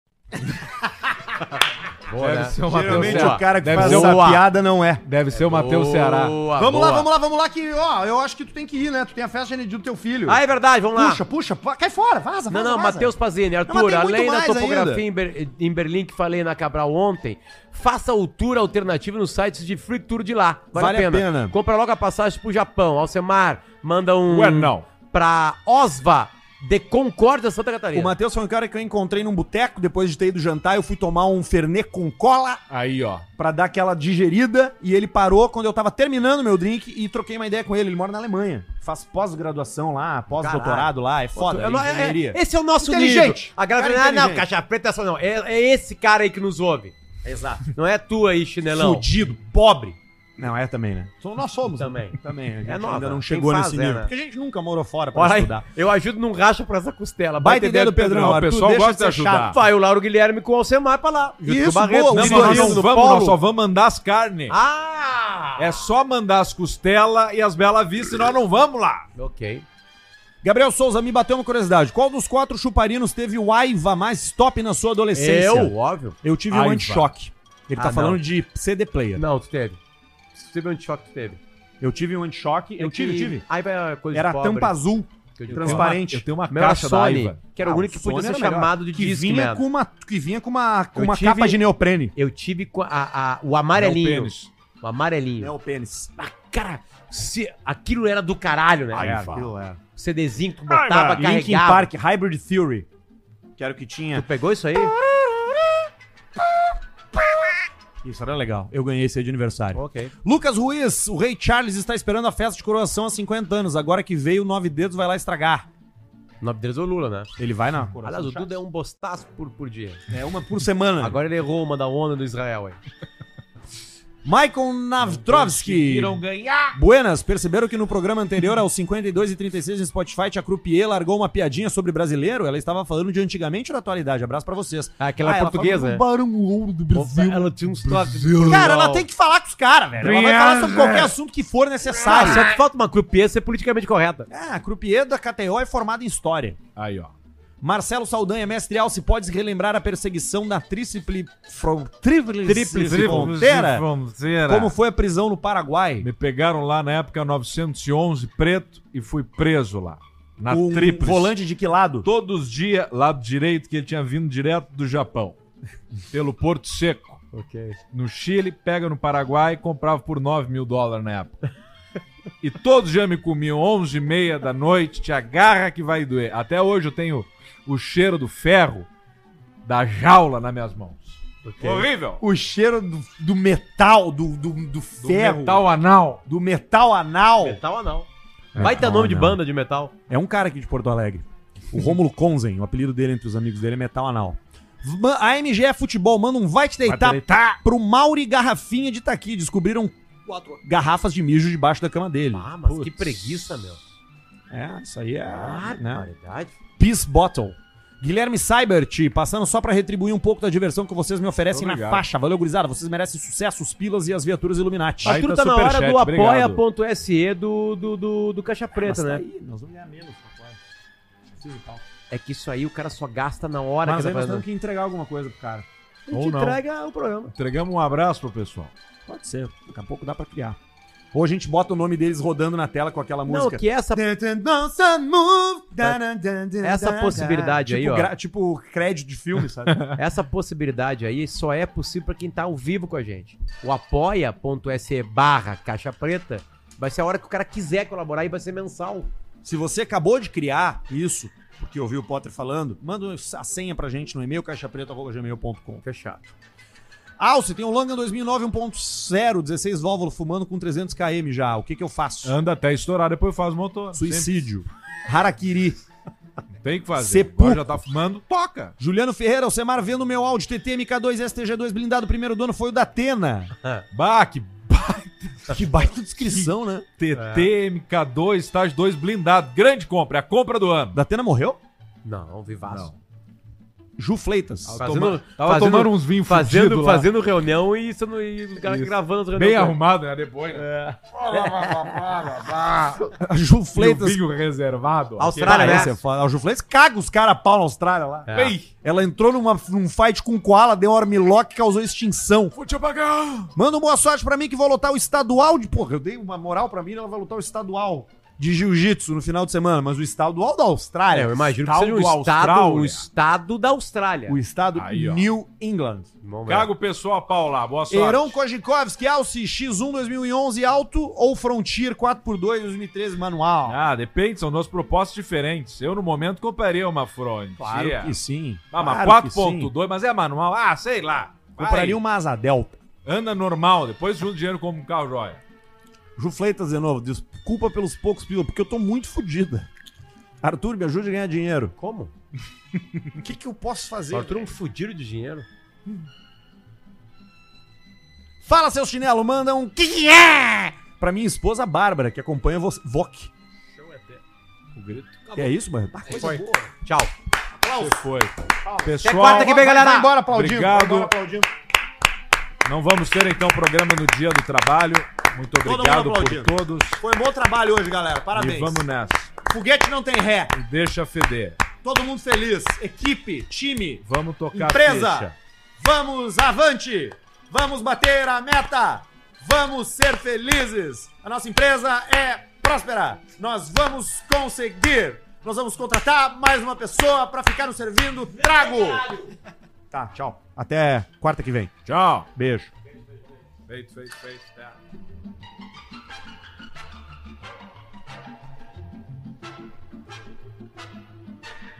B: Boa, Deve né? ser o Mateus
A: Geralmente
B: Ceará.
A: o cara que
B: Deve
A: faz
B: ser o
A: essa
B: Boa.
A: piada não é.
B: Deve ser o Matheus
A: Boa,
B: Ceará.
A: vamos lá, vamos lá, vamos lá, que, ó, eu acho que tu tem que ir, né? Tu tem a festa do teu filho.
C: Ah, é verdade, vamos lá.
A: Puxa, puxa, pô, cai fora, vaza, vaza.
C: Não, não,
A: vaza.
C: Matheus Pazini,
A: Não, mas
C: Arthur,
A: tem muito
C: além da
A: mais ainda.
C: topografia em, Ber- em Berlim que falei na Cabral ontem, faça o tour alternativo nos sites de Free Tour de lá. Vale, a, pena. Compra logo a passagem pro Japão. Alcemar, manda um.
B: Ué, não.
C: Pra Osva de Concórdia, Santa Catarina.
A: O Matheus foi um cara que eu encontrei num boteco depois de ter ido jantar. Eu fui tomar um Fernet com cola
B: Aí, ó.
A: pra dar aquela digerida. E ele parou quando eu tava terminando meu drink e troquei uma ideia com ele. Ele mora na Alemanha. Faz pós-graduação lá, pós-doutorado lá. É foda.
C: Eu não- é- é-
A: engenharia.
C: esse é o nosso
A: Inteligente.
C: nível. A galera
A: Cara
C: fala, ah, não,
A: inteligente.
C: caixa preta é só não. É, é esse cara aí que nos ouve.
A: Exato.
C: Não é tu aí, chinelão.
A: Fudido, pobre. Não, é também, né? Só Nós somos.
C: Também.
A: Também. A gente
C: É nova.
A: ainda não
C: Quem
A: chegou
C: faz,
A: nesse
C: é,
A: nível.
C: né?
A: Porque a gente nunca morou fora pra
C: Olha aí,
A: estudar.
C: eu ajudo num racha pra essa costela.
A: Baita ideia do Pedrão,
B: O
A: Arthur,
B: pessoal
A: deixa
B: gosta
A: de
B: de
A: ser
B: ajudar.
A: chato.
C: Vai o Lauro Guilherme com o Alcemar pra lá. junto com
A: Isso,
C: o Barreto.
B: Não,
A: boa,
B: mas
A: Vitorino
B: nós não
A: do
B: vamos,
A: Paulo.
B: nós só vamos mandar as carnes.
C: Ah!
B: É só mandar as costelas e as belas vistas e nós não vamos lá.
C: Ok.
A: Gabriel Souza, me bateu uma curiosidade. Qual dos quatro chuparinos teve o aiva mais top na sua adolescência?
C: Eu, óbvio.
A: Eu tive um
C: Aiva.
A: anti-choque. Ele
C: Ah,
A: tá
C: não.
A: falando de CD player.
C: Não, tu teve. Se tu teve um choque, tu teve.
A: Eu tive um anti-choque. Eu
C: É
A: tive,
C: que
A: tive.
C: Aiva é coisa de
A: Era
C: pobre.
A: tampa azul,
C: Que eu digo,
A: transparente.
B: Eu tenho uma
C: Meu era
B: caixa da
C: Sony,
B: Aiva.
C: que era o
A: Ah,
C: único que podia
A: Sony
C: ser
A: era melhor.
C: chamado de
A: que
C: disque,
A: vinha
C: merda.
A: com uma Que vinha com uma, com
C: Eu
A: uma
C: tive-
A: capa de neoprene.
C: Eu tive com a- a- o amarelinho. O amarelinho.
A: o pênis.
C: Ah, cara, se, aquilo era do caralho, né?
A: Aiva.
C: O CDzinho que tu botava, carregava.
A: Linkin Park, Hybrid Theory. Que era o que
C: Tu
A: tinha.
C: pegou isso aí?
A: Isso era legal. Eu ganhei esse aí de aniversário.
C: Ok.
A: Lucas Ruiz, o Rei Charles está esperando a festa de coroação há 50 anos. Agora que veio, o Nove Dedos vai lá estragar.
C: O nome deles é o Lula, né?
A: Ele vai na coroação.
C: Aliás, o Duda é um bostaço por, por dia.
A: É uma por semana.
C: Agora ele errou uma da onda do Israel aí.
A: Michael Navtrovski.
B: Conseguiram ganhar.
A: Buenas, perceberam que no programa anterior aos 52 e 36 no Spotify, a Croupier largou uma piadinha sobre brasileiro? Ela estava falando de antigamente ou da atualidade? Abraço pra vocês.
C: Ah, aquela
A: ela
C: portuguesa,
A: falou
C: né?
A: do Barão um Ouro do Brasil.
C: Ela tinha uns toques.
A: Cara, ela tem que falar com os caras, velho. Ela vai falar sobre qualquer assunto que for
C: Ah,
A: necessário.
C: só que falta uma croupier ser politicamente correta.
A: Ah, a Croupier da KTO é formada em história.
B: Aí, ó.
A: Marcelo Saldanha, mestre Al, se pode relembrar a perseguição na tríplice fron- tríplice
B: Tríplice
A: fronteira?
B: fronteira.
A: Como foi a prisão no Paraguai?
B: é. Me pegaram lá na época 911 preto e fui preso lá. Na
A: Um
B: tríplice.
A: volante de que lado?
B: Todos os dias, lado direito, que ele tinha vindo direto
A: <laughs>
B: do Japão. pelo Porto Seco.
C: Ok.
B: No Chile, pega no Paraguai, comprava por 9 mil dólares na época. E todos já me comiam 11 e meia da noite, te agarra que vai doer. Até hoje eu tenho o cheiro do ferro da jaula nas minhas mãos. Horrível!
A: O cheiro do, do metal, do, do, do
B: Do
A: ferro,
B: metal anal.
A: do metal anal.
C: Metal ou não? Vai ter É, nome de banda de metal.
A: É um cara aqui de Porto Alegre. O Rômulo Conzen, o apelido dele entre os amigos dele é Metal Anal. Ma- A MGE Futebol manda um vai te deitar, pro Mauri Garrafinha de Taqui. Descobriram quatro garrafas de mijo debaixo da cama dele.
C: Ah, mas que
A: Putz.
C: preguiça, meu.
A: É, isso aí é.
C: Ah,
A: né?
C: Barbaridade.
A: Peace Bottle. Guilherme Seibert, passando só pra retribuir um pouco da diversão que vocês me oferecem
B: Obrigado.
A: na faixa. Valeu, gurizada. Vocês merecem sucesso, os pilas e as viaturas Illuminati.
B: Baita
C: Arthur tá na hora
B: superchat,
C: do
B: obrigado.
C: apoia.se do, do, do, do Caixa
A: Mas
C: Preta,
A: tá
C: né?
A: aí, nós vamos ganhar menos, rapaz. Preciso e tal.
C: É que isso aí o cara só gasta na hora
A: Mas
C: que
A: aí
C: tá
A: nós temos
C: fazendo.
A: que entregar alguma coisa pro cara.
C: A gente
B: Ou não.
C: entrega o programa.
B: Entregamos um abraço pro pessoal.
A: Pode ser. Daqui a pouco dá pra criar. Ou a gente bota o nome deles rodando na tela com aquela
C: Não,
A: música.
C: que essa,
A: tá
C: essa possibilidade aí,
A: tipo,
C: ó.
A: gra- tipo crédito de filme, sabe?
C: Essa possibilidade aí só é possível pra quem tá ao vivo com a gente. O apoia.se barra caixa preta vai ser a hora que o cara quiser colaborar e vai ser mensal.
A: Se você acabou de criar isso, porque ouviu o Potter falando, manda a senha pra gente no e-mail caixapreta.gmail.com.
C: Fechado.
A: Alce, tem um Langan 2009 1.0, 16 válvula fumando com 300 km já. O que que eu faço?
B: Anda até estourar, depois faz o motor.
A: Suicídio. Harakiri.
B: Tem que fazer.
A: Sepulcro.
B: Agora já tá fumando, toca.
A: Juliano Ferreira, Alcemar vendo meu áudio TTMK2 STG2 blindado. O primeiro dono foi o da Atena.
B: bah, que
A: baita. <laughs> Que baita <laughs> descrição, né?
B: TTMK2, estágio 2 blindado. Grande compra, é a compra do ano.
A: Da Atena morreu?
C: Não, vivaço.
A: Ju Fleitas.
B: Fazendo- tava tomando uns vinhos fudido
C: fazendo,
B: lá.
C: fazendo reunião e, sendo, e gra-
B: Isso.
C: gravando as reuniões.
B: Bem arrumado, né? Depois,
A: É.
B: né?
A: A Ju Fleitas.
B: E o um vinho reservado. ó.
A: Austrália,
B: Que
A: né?
B: parece-
A: Essa é foda. A Ju Fleitas caga os caras a pau na Austrália lá.
B: É.
A: Ei. Ela entrou numa, num fight com um koala, deu um armlock e causou extinção.
B: Vou te apagar.
A: Manda uma boa sorte pra mim que vou lotar o estadual de. Porra, eu dei uma moral pra mim, ela vai lotar o estadual de jiu-jitsu no final de semana, mas o estadual da Austrália.
C: É, eu imagino que seja
A: Estadual
C: um
A: da
C: estado, um
A: Austrália.
C: estado da Austrália.
A: O estado
B: Aí, ó.
A: New England.
C: Bom, velho.
B: Caga o pessoal a pau lá, boa sorte.
A: Heron Kojikovski, Alce X1 2011 alto ou Frontier 4x2 2013 manual?
B: Ah, depende, são duas propostas diferentes. Eu, no momento, compraria uma Front.
A: Claro que sim.
B: Ah, mas
A: Claro que sim.
B: 4.2, mas é manual. Ah, sei lá. Vai.
A: Compraria um- uma Asa Delta.
B: Anda normal, depois junta o dinheiro como um carro joia.
A: Ju tá Fleitas de novo, desculpa pelos poucos pilotos, porque eu tô muito fodida. Arthur, me ajude a ganhar dinheiro.
C: Como?
A: O <laughs> que, que eu posso fazer?
C: Arthur é um fudido de dinheiro.
A: Fala, seu chinelo, manda um que que é? Pra minha esposa Bárbara, que acompanha você. Voc.
B: O grito.
A: Que é isso, mano? Ah, é coisa
B: Foi.
A: boa.
C: Tchau.
B: Você foi.
A: Até quarta que vem, galera. Vai embora aplaudindo.
B: Obrigado.
A: Vai embora aplaudindo.
B: Não vamos ter, então, programa no Dia do Trabalho. Muito
A: mundo
B: obrigado por
A: aplaudindo.
B: todos.
A: Foi um bom trabalho hoje, galera.
B: E
A: Parabéns.
B: vamos nessa.
A: Foguete não tem ré.
B: E deixa feder.
A: Todo mundo feliz. Equipe, time,
B: Vamos tocar a
A: empresa.
B: ficha.
A: Vamos avante. Vamos bater a meta. Vamos ser felizes. A nossa empresa é próspera. Nós vamos conseguir. Nós vamos contratar mais uma pessoa para ficar nos servindo trago. Tá, tchau. Até quarta que vem.
B: Tchau.
A: Beijo.
B: Feito, feito, feito. Tá.